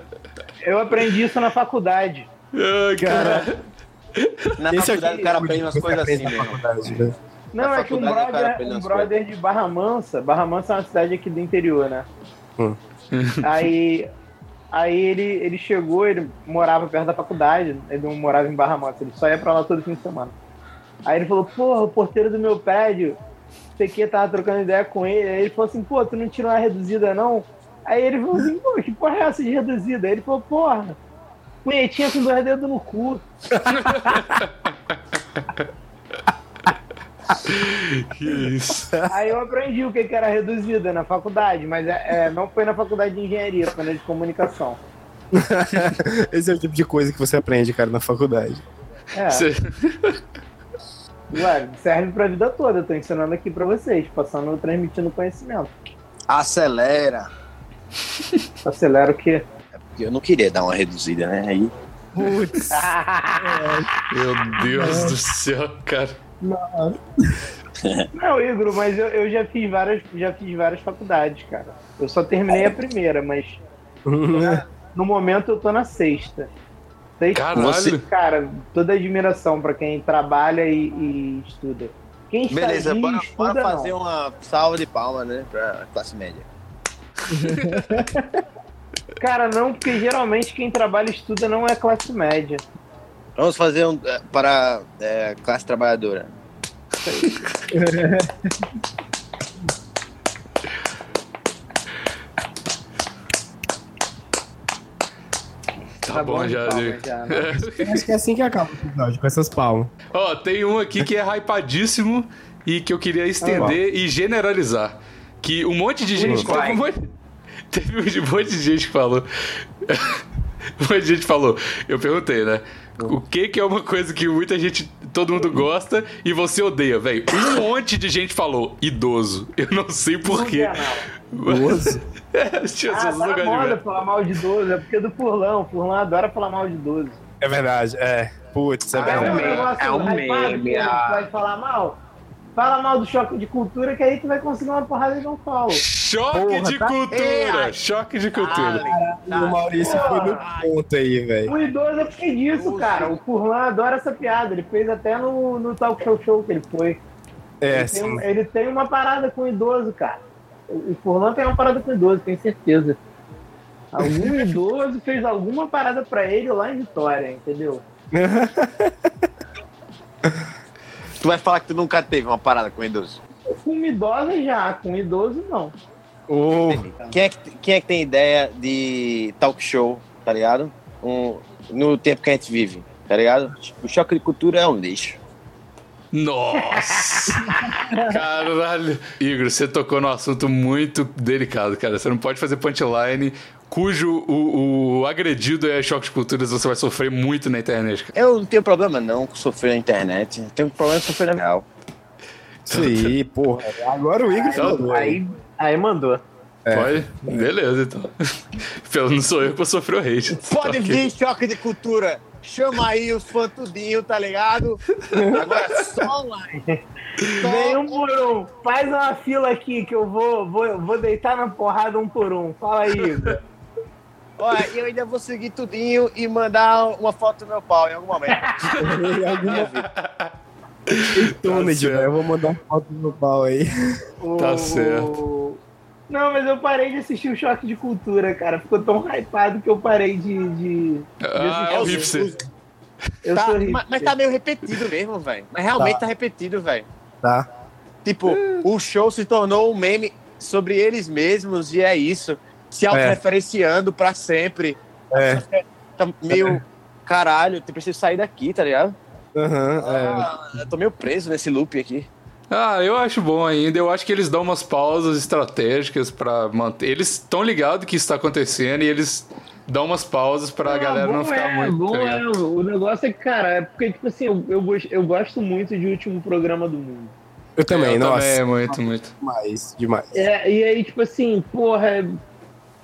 Speaker 8: Eu aprendi isso na faculdade.
Speaker 4: Ai, caralho.
Speaker 6: Na
Speaker 5: Esse
Speaker 6: faculdade
Speaker 5: aqui-
Speaker 6: o cara aprende umas
Speaker 5: Você
Speaker 6: coisas assim
Speaker 5: aprende na
Speaker 6: mesmo.
Speaker 5: faculdade, né?
Speaker 8: Não,
Speaker 6: Na
Speaker 8: é que um
Speaker 6: faculdade, o cara
Speaker 8: brother,
Speaker 6: aprende
Speaker 8: um
Speaker 6: umas
Speaker 8: brother de Barra Mansa, Barra Mansa é uma cidade aqui do interior, né? aí aí ele, ele chegou, ele morava perto da faculdade, ele não morava em Barra Mansa, ele só ia pra lá todo fim de semana. Aí ele falou, porra, o porteiro do meu prédio, sei que tava trocando ideia com ele, aí ele falou assim, pô, tu não tirou uma reduzida não? Aí ele falou assim, pô, que porra é essa de reduzida? Aí ele falou, porra, punhetinha com dois dedos no cu.
Speaker 4: Que
Speaker 6: tá.
Speaker 4: isso.
Speaker 8: Aí eu aprendi o que que era reduzida na faculdade, mas é- é, não foi na faculdade de engenharia, foi na de comunicação.
Speaker 5: Esse é o tipo de coisa que você aprende, cara, na faculdade.
Speaker 8: É,
Speaker 4: Você-
Speaker 8: ué, serve pra vida toda, eu tô ensinando aqui pra vocês, passando, transmitindo conhecimento.
Speaker 6: Acelera.
Speaker 8: Acelera o quê?
Speaker 6: Porque eu não queria dar uma reduzida, né? Aí.
Speaker 5: Putz,
Speaker 4: Meu Deus do céu, cara.
Speaker 8: Não, Igor, mas eu, eu já fiz várias, já fiz várias faculdades, cara. Eu só terminei a primeira, mas no momento eu tô na sexta. Sexta,
Speaker 4: Caralho.
Speaker 8: cara, toda admiração pra quem trabalha e, e estuda. Quem
Speaker 6: Beleza,
Speaker 8: estagia e
Speaker 6: bora,
Speaker 8: estuda,
Speaker 6: bora
Speaker 8: não.
Speaker 6: fazer uma salva de palmas, né? Pra classe média.
Speaker 8: Cara, não, porque geralmente quem trabalha e estuda não é classe média.
Speaker 6: Vamos fazer um eh, para eh, classe trabalhadora.
Speaker 4: Tá, bom, já,
Speaker 8: palmas,
Speaker 4: Diego.
Speaker 8: já, né?
Speaker 5: acho que é assim que acaba o episódio, com essas palmas.
Speaker 4: Ó, tem um aqui que é hypadíssimo e que eu queria estender e generalizar. Que um monte de gente. Teve um monte, teve um monte de gente que falou. um monte de gente falou. Eu perguntei, né? O que, que é uma coisa que muita gente, todo mundo gosta e você odeia, velho? Um monte de gente falou idoso. Eu não sei porquê.
Speaker 8: Não quer, não.
Speaker 4: Idoso? é, tinha
Speaker 8: Ah,
Speaker 4: essas
Speaker 8: tá na
Speaker 4: lugares de
Speaker 8: moda
Speaker 4: merda.
Speaker 8: falar mal de 12, é porque do Furlão. O Furlão adora falar mal de 12.
Speaker 5: É verdade, é. Putz, é
Speaker 8: é um
Speaker 5: verdade.
Speaker 8: negócio
Speaker 2: é um
Speaker 8: hypado
Speaker 2: meme,
Speaker 8: que
Speaker 2: ah.
Speaker 8: tu vai falar mal? Fala mal do choque de cultura, que aí tu vai conseguir uma porrada de São Paulo.
Speaker 4: Choque
Speaker 5: Porra,
Speaker 4: de
Speaker 5: tá-
Speaker 4: cultura! Choque de cultura.
Speaker 5: O Maurício foi no ponto aí, velho.
Speaker 8: O idoso é porque disso, cara. O Furlan adora essa piada. Ele fez até no, no talk show show que ele foi.
Speaker 5: É,
Speaker 8: ele,
Speaker 5: sim.
Speaker 8: tem, um, ele tem uma parada com o idoso, cara. O o Furlan tem uma parada com o idoso, tenho certeza. Algum idoso fez alguma parada pra ele lá em Vitória, entendeu?
Speaker 6: Tu vai falar que tu nunca teve uma parada com idoso.
Speaker 8: Com idosa já, com idoso não.
Speaker 3: Ô,
Speaker 6: Quem é, que, quem é que tem ideia de talk show, tá ligado? Um- no tempo que a gente vive, tá ligado? O choque de cultura é um lixo.
Speaker 4: Nossa! Caralho! Igor, você tocou num assunto muito delicado, cara. Você não pode fazer punchline cujo o, o agredido é choque de culturas, você vai sofrer muito na internet, cara.
Speaker 6: Eu não tenho problema não com sofrer na internet. Eu Tenho problema com sofrer na real.
Speaker 3: isso aí, porra. Agora o Igor
Speaker 4: Então,
Speaker 5: É.
Speaker 3: falou.
Speaker 8: Aí, aí mandou.
Speaker 4: Pode? Beleza, então. Pelo não sou eu que vou sofrer o hate.
Speaker 6: Pode
Speaker 4: Ok.
Speaker 6: vir choque de cultura. Chama aí os fantudinhos, tá ligado? Agora é só um online. Só
Speaker 8: Vem um por um. Faz uma fila aqui que eu vou, vou, vou deitar na porrada um por um. Fala aí, Igor.
Speaker 6: Ó, e eu ainda vou seguir tudinho e mandar uma foto do meu pau em algum momento.
Speaker 3: Então, Tá
Speaker 9: Tuned,
Speaker 4: certo.
Speaker 3: né,
Speaker 9: velho. Eu vou mandar foto no pau aí.
Speaker 4: Tá
Speaker 8: O-
Speaker 4: certo.
Speaker 8: Não, mas eu parei de assistir o Choque de Cultura, cara. Ficou tão hypado que eu parei de. de...
Speaker 4: Ah, é o hipster.
Speaker 8: Eu
Speaker 6: Tá,
Speaker 8: sou hippie.
Speaker 6: mas, mas tá meio repetido mesmo, velho. Mas realmente tá, repetido, velho.
Speaker 9: Tá.
Speaker 6: Tipo, o show se tornou um meme sobre eles mesmos e é isso. Se autorreferenciando pra sempre.
Speaker 9: É.
Speaker 6: Tá meio. Caralho, eu preciso sair daqui, tá ligado?
Speaker 9: Aham,
Speaker 5: É.
Speaker 3: é.
Speaker 6: Ah, eu tô meio preso nesse loop aqui.
Speaker 4: Ah, eu acho bom ainda. Eu acho que eles dão umas pausas estratégicas pra manter. Eles estão ligados que isso tá acontecendo e eles dão umas pausas pra galera não
Speaker 8: bom
Speaker 4: ficar
Speaker 8: é,
Speaker 4: muito.
Speaker 8: bom
Speaker 4: tá ligado?
Speaker 8: é. O negócio é que, cara, é porque, tipo assim, eu, eu, gos- eu gosto muito de Último Programa do Mundo.
Speaker 9: Eu também,
Speaker 4: eu
Speaker 9: nossa.
Speaker 4: Também, muito, muito.
Speaker 9: Demais, demais.
Speaker 8: É, e aí, tipo assim, porra, é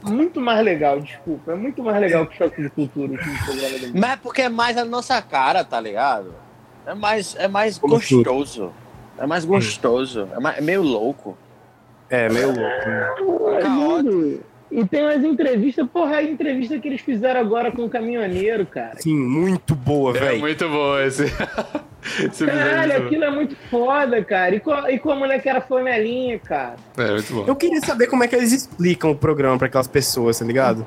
Speaker 8: muito mais legal, desculpa. É muito mais legal que Choque de Cultura, Último Programa do Mundo.
Speaker 6: Mas é porque é mais a nossa cara, tá ligado? É mais, é mais
Speaker 9: Como tudo.
Speaker 6: gostoso. É mais gostoso. É, mais- é meio louco.
Speaker 3: É, meio louco.
Speaker 8: Porra, é lindo. E tem umas entrevistas, porra, a entrevista que eles fizeram agora com o caminhoneiro, cara.
Speaker 3: Sim, muito boa,
Speaker 4: É
Speaker 3: velho.
Speaker 4: muito bom esse. esse
Speaker 8: Caralho,
Speaker 4: visualismo.
Speaker 8: aquilo é muito foda, cara. E com, a- e com a mulher que era flanelinha, cara.
Speaker 4: É muito bom.
Speaker 3: Eu queria saber como é que eles explicam o programa pra aquelas pessoas, tá ligado?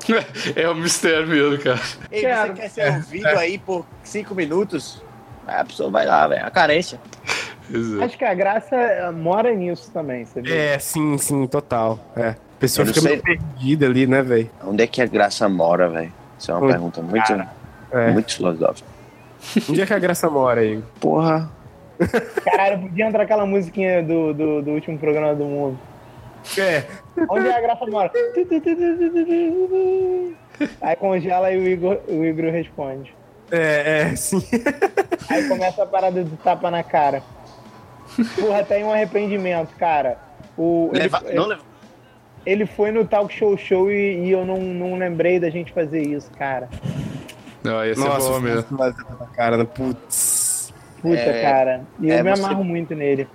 Speaker 4: É um mistério mesmo, cara.
Speaker 6: Ei,
Speaker 8: Quero.
Speaker 6: você quer ser ouvido aí por cinco minutos? Aí a pessoa vai lá, velho. A carência.
Speaker 4: Isso.
Speaker 8: Acho que a graça eh, mora nisso também, você vê?
Speaker 3: É, sim, sim, total. É. A pessoa
Speaker 6: Eu não
Speaker 3: fica meio perdida ali, né, velho?
Speaker 6: Onde é que a graça mora, velho? Isso é uma
Speaker 3: Hum,
Speaker 6: pergunta muito,
Speaker 3: É.
Speaker 6: muito filosófica.
Speaker 3: Onde é que a graça mora aí?
Speaker 6: Porra.
Speaker 8: Caralho, podia entrar aquela musiquinha do, do, do último programa do mundo.
Speaker 3: É.
Speaker 8: Onde é a graça mora? Aí congela e o Igor, o Igor responde.
Speaker 3: É, é, sim.
Speaker 8: Aí começa a parada do tapa na cara. Porra, tem um arrependimento, cara. O, ele,
Speaker 6: Leva- não leva-
Speaker 8: ele foi no talk show show e, e eu não, não lembrei da gente fazer isso, cara.
Speaker 4: Não, ia ser
Speaker 3: Nossa,
Speaker 4: bom mesmo.
Speaker 3: mas tá na cara, né? Putz.
Speaker 8: Puta,
Speaker 6: É,
Speaker 8: cara. E eu
Speaker 6: é,
Speaker 8: me
Speaker 6: você-
Speaker 8: amarro muito nele.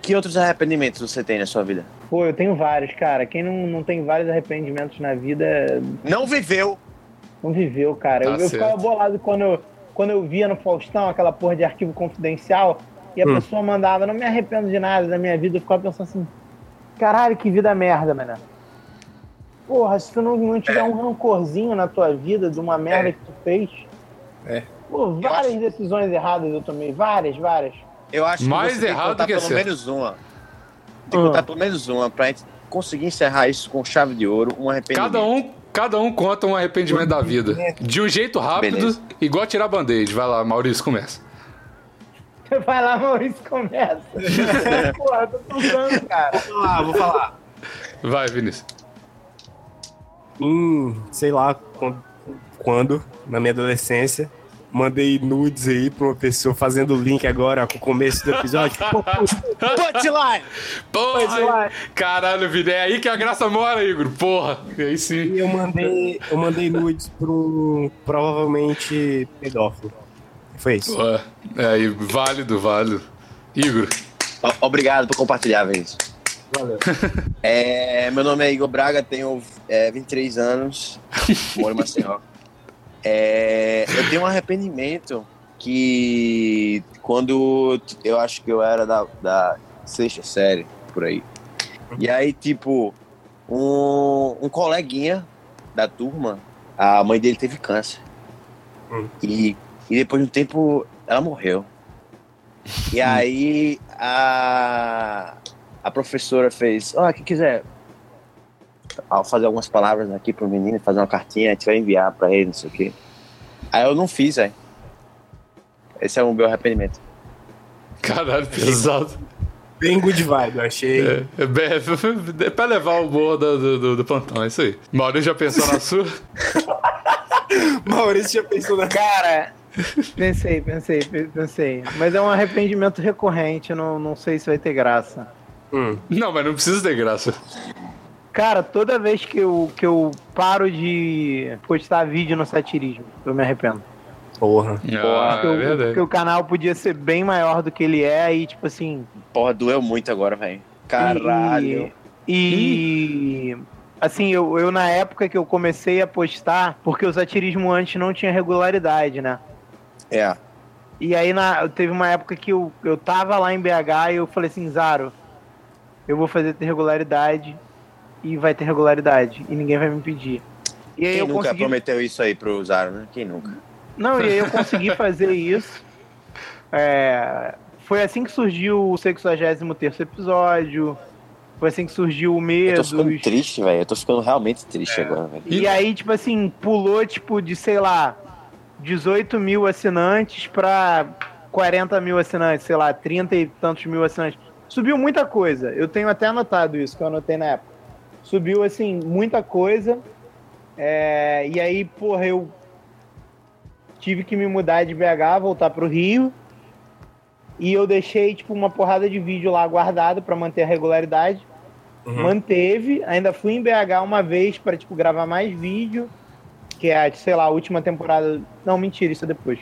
Speaker 6: Que outros arrependimentos você tem na sua vida?
Speaker 8: Pô, eu tenho vários, cara. Quem não, não tem vários arrependimentos na vida
Speaker 6: Não viveu.
Speaker 8: Não viveu, cara.
Speaker 4: Tá
Speaker 8: eu, eu
Speaker 4: certo.
Speaker 8: ficava bolado quando eu, quando eu via no Faustão aquela porra de arquivo confidencial e a pessoa mandava, não me arrependo de nada da minha vida. Eu ficava pensando assim, caralho, que vida merda, mané. Porra, se tu não, não tiver
Speaker 4: É.
Speaker 8: um rancorzinho na tua vida de uma merda que tu fez.
Speaker 3: É.
Speaker 8: Pô, várias decisões erradas eu tomei. Várias, várias.
Speaker 6: Eu acho
Speaker 4: Mais
Speaker 6: que você
Speaker 4: errado
Speaker 6: tem
Speaker 4: que
Speaker 6: que contar pelo
Speaker 4: certo.
Speaker 6: menos uma. Tem que contar pelo menos uma pra gente conseguir encerrar isso com chave de ouro, um arrependimento.
Speaker 4: Cada um, cada um conta um arrependimento da vida. De um jeito rápido,
Speaker 6: Beleza.
Speaker 4: igual tirar band-aid. Vai lá, Maurício, começa.
Speaker 8: Vai lá, Maurício, começa. porra, eu tô pensando, cara.
Speaker 5: Vou
Speaker 6: Ah,
Speaker 5: falar, vou falar.
Speaker 4: Vai, Vinícius.
Speaker 3: Hum, sei lá quando, quando, na minha adolescência. Mandei nudes aí pra uma pessoa fazendo link agora ó, com o começo do episódio. Pô,
Speaker 6: Punchline!
Speaker 4: Porra! Caralho, Vini, é aí que a graça mora, Igor. Porra, aí sim.
Speaker 3: E eu mandei, eu mandei nudes pro provavelmente pedófilo. Foi isso.
Speaker 4: Porra. É aí, válido, válido. Igor,
Speaker 6: O- Obrigado por compartilhar, Vinícius. Valeu. meu nome é Igor Braga, tenho é, 23 anos, moro em Maceió. É, eu tenho um arrependimento que quando eu acho que eu era da, da sexta série, por aí. E aí, tipo, um, um coleguinha da turma, a mãe dele teve câncer.
Speaker 3: Hum.
Speaker 6: E, e depois de um tempo, ela morreu. E
Speaker 8: Hum.
Speaker 6: aí a, a professora fez, ó, quem quiser ao fazer algumas palavras aqui pro menino, fazer uma cartinha, a gente vai enviar pra ele, não sei o quê. Aí eu não fiz, aí. Esse é o meu arrependimento.
Speaker 4: Caralho, pesado.
Speaker 3: Bem good vibe, eu achei.
Speaker 4: É, é, bem- é pra levar o humor do, do, do, do plantão, é isso aí. Maurício já pensou na sua?
Speaker 3: Maurício já pensou na
Speaker 8: Cara, pensei, pensei, pe- pensei. Mas é um arrependimento recorrente, não, não sei se vai ter graça.
Speaker 3: Hum,
Speaker 4: Não, mas não precisa ter graça.
Speaker 8: Cara, toda vez que eu, que eu paro de postar vídeo no satirismo, eu me arrependo.
Speaker 3: Porra.
Speaker 4: Ah,
Speaker 8: Porque
Speaker 4: é
Speaker 8: o-
Speaker 4: verdade.
Speaker 8: porque o canal podia ser bem maior do que ele é e, tipo assim,
Speaker 6: Porra, doeu muito agora, velho. Caralho.
Speaker 8: E. Assim, eu, eu na época que eu comecei a postar, porque o satirismo antes não tinha regularidade, né?
Speaker 6: É.
Speaker 8: E aí na, teve uma época que eu, eu tava lá em BH e eu falei assim, Zaro, eu vou fazer ter regularidade e vai ter regularidade. E ninguém vai me impedir. E aí
Speaker 6: Quem
Speaker 8: eu
Speaker 6: nunca
Speaker 8: consegui.
Speaker 6: prometeu isso aí pro Zaro, né? Quem nunca?
Speaker 8: Não, e aí eu consegui fazer isso. É, foi assim que surgiu o 63 terceiro episódio. Foi assim que surgiu o
Speaker 6: Eu tô
Speaker 8: Medos.
Speaker 6: ficando triste, velho. Eu tô ficando realmente triste agora, velho.
Speaker 8: E aí, tipo assim, pulou, tipo, de, sei lá, 18 mil assinantes pra 40 mil assinantes, sei lá, 30 e tantos mil assinantes. Subiu muita coisa. Eu tenho até anotado isso, que eu anotei na época. Subiu, assim, muita coisa. É, e aí, porra, eu tive que me mudar de BH, voltar pro Rio. E eu deixei, tipo, uma porrada de vídeo lá guardado pra manter a regularidade. Manteve, ainda fui em BH uma vez pra tipo gravar mais vídeo, que é, a, sei lá, a última temporada. Não, mentira, isso é depois.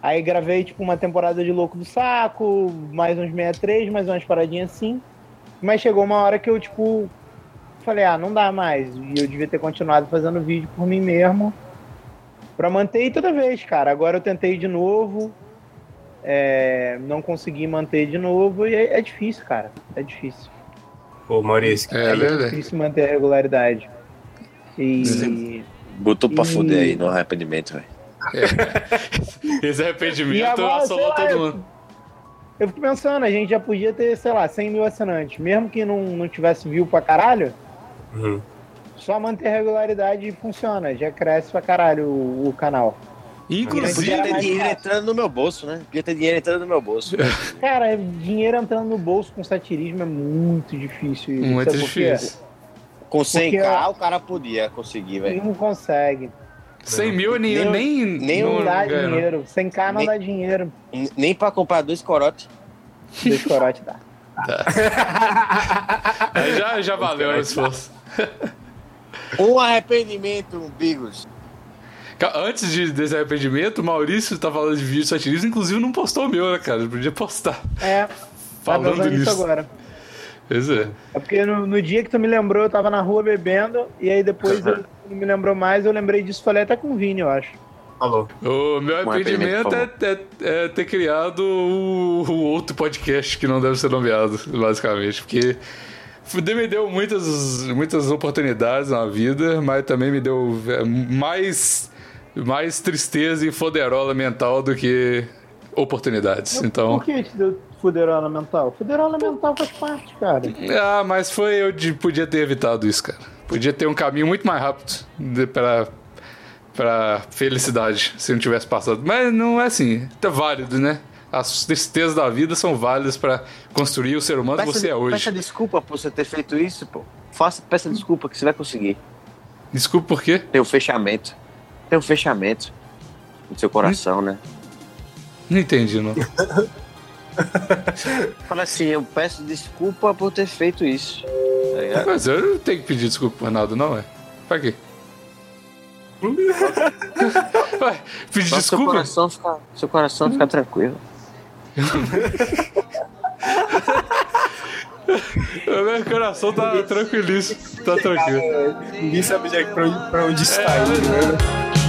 Speaker 8: Aí gravei tipo uma temporada de Louco do Saco, mais uns 63, mais umas paradinhas assim. Mas chegou uma hora que eu tipo falei, ah, não dá mais, e eu devia ter continuado fazendo vídeo por mim mesmo pra manter e toda vez, cara. Agora eu tentei de novo. é, não consegui manter de novo e é- é difícil, cara. É difícil
Speaker 3: Ô, Maurício.
Speaker 4: É verdade.
Speaker 8: difícil manter a regularidade. E,
Speaker 6: Botou pra
Speaker 8: E-
Speaker 6: fuder aí no arrependimento, velho.
Speaker 4: Esse
Speaker 8: E
Speaker 4: arrependimento
Speaker 8: agora,
Speaker 4: assolou
Speaker 8: sei lá,
Speaker 4: todo mundo.
Speaker 8: eu fico pensando, a gente já podia ter, sei lá, 100 mil assinantes. Mesmo que não, não tivesse view pra caralho,
Speaker 3: Uhum.
Speaker 8: só manter a regularidade e funciona. Já cresce pra caralho o, o canal.
Speaker 6: Eu
Speaker 4: Inclusive,
Speaker 6: podia ter
Speaker 8: é mais
Speaker 6: dinheiro
Speaker 8: fácil.
Speaker 6: entrando no meu bolso, né? Podia ter dinheiro entrando no meu bolso.
Speaker 8: Cara, é dinheiro entrando no bolso com satirismo é muito difícil. isso. é
Speaker 4: muito
Speaker 8: Sabe por quê?
Speaker 4: um, é difícil.
Speaker 6: Com
Speaker 8: Porque
Speaker 6: 100k
Speaker 8: a-
Speaker 6: o cara podia conseguir, velho.
Speaker 8: Não consegue.
Speaker 4: 100 mil nem. Nem,
Speaker 6: nem
Speaker 4: não-
Speaker 8: Não um dá
Speaker 4: não ganha, não.
Speaker 8: dinheiro. Sem K não
Speaker 6: Nem-
Speaker 8: dá dinheiro.
Speaker 6: N- Nem pra comprar dois corotes.
Speaker 8: Dois corote dá.
Speaker 4: Aí já, já valeu o esforço.
Speaker 6: Um arrependimento, um umbigos.
Speaker 4: Ca- Antes de- desse arrependimento, o Maurício tá falando de vídeo satirismo, inclusive não postou o meu, né, cara? Ele podia postar.
Speaker 8: É, tá
Speaker 4: Falando
Speaker 8: pensando nisso
Speaker 4: nisso.
Speaker 8: agora.
Speaker 4: Pois é.
Speaker 8: É porque no, no dia que tu me lembrou, eu tava na rua bebendo, e aí depois eu não me lembrou mais, eu lembrei disso, falei até com o Vini, eu acho.
Speaker 3: Falou.
Speaker 4: O meu
Speaker 6: arrependimento,
Speaker 4: arrependimento
Speaker 6: por
Speaker 4: é, é- é ter criado o, o outro podcast que não deve ser nomeado, basicamente. Porque fuder me deu muitas, muitas oportunidades na vida, mas também me deu é, mais, mais tristeza e foderola mental do que oportunidades. Então.
Speaker 8: Por que te deu fuderola mental? Fuderola mental faz parte, cara.
Speaker 4: Ah, mas foi eu de- podia ter evitado isso, cara. Podia ter um caminho muito mais rápido de, pra, pra felicidade se não tivesse passado. Mas não é assim. É válido, né? As tristezas da vida são válidas pra construir o ser humano que você é hoje.
Speaker 6: peça desculpa por você ter feito isso, pô. Faça, peça desculpa que você vai conseguir.
Speaker 4: Desculpa por quê?
Speaker 6: Tem um fechamento. Tem um fechamento no seu coração, né?
Speaker 4: Não entendi, não.
Speaker 6: Fala assim, eu peço desculpa por ter feito isso. Tá ligado?
Speaker 4: Mas eu não tenho que pedir desculpa por nada, não, é? Pra quê? Ué, pedir
Speaker 6: Só Seu
Speaker 4: desculpa?
Speaker 6: coração fica, seu coração fica tranquilo.
Speaker 4: Meu coração tá tranquilíssimo. Tá tranquilo.
Speaker 3: Ninguém sabe já pra onde, pra onde está. né?
Speaker 4: É,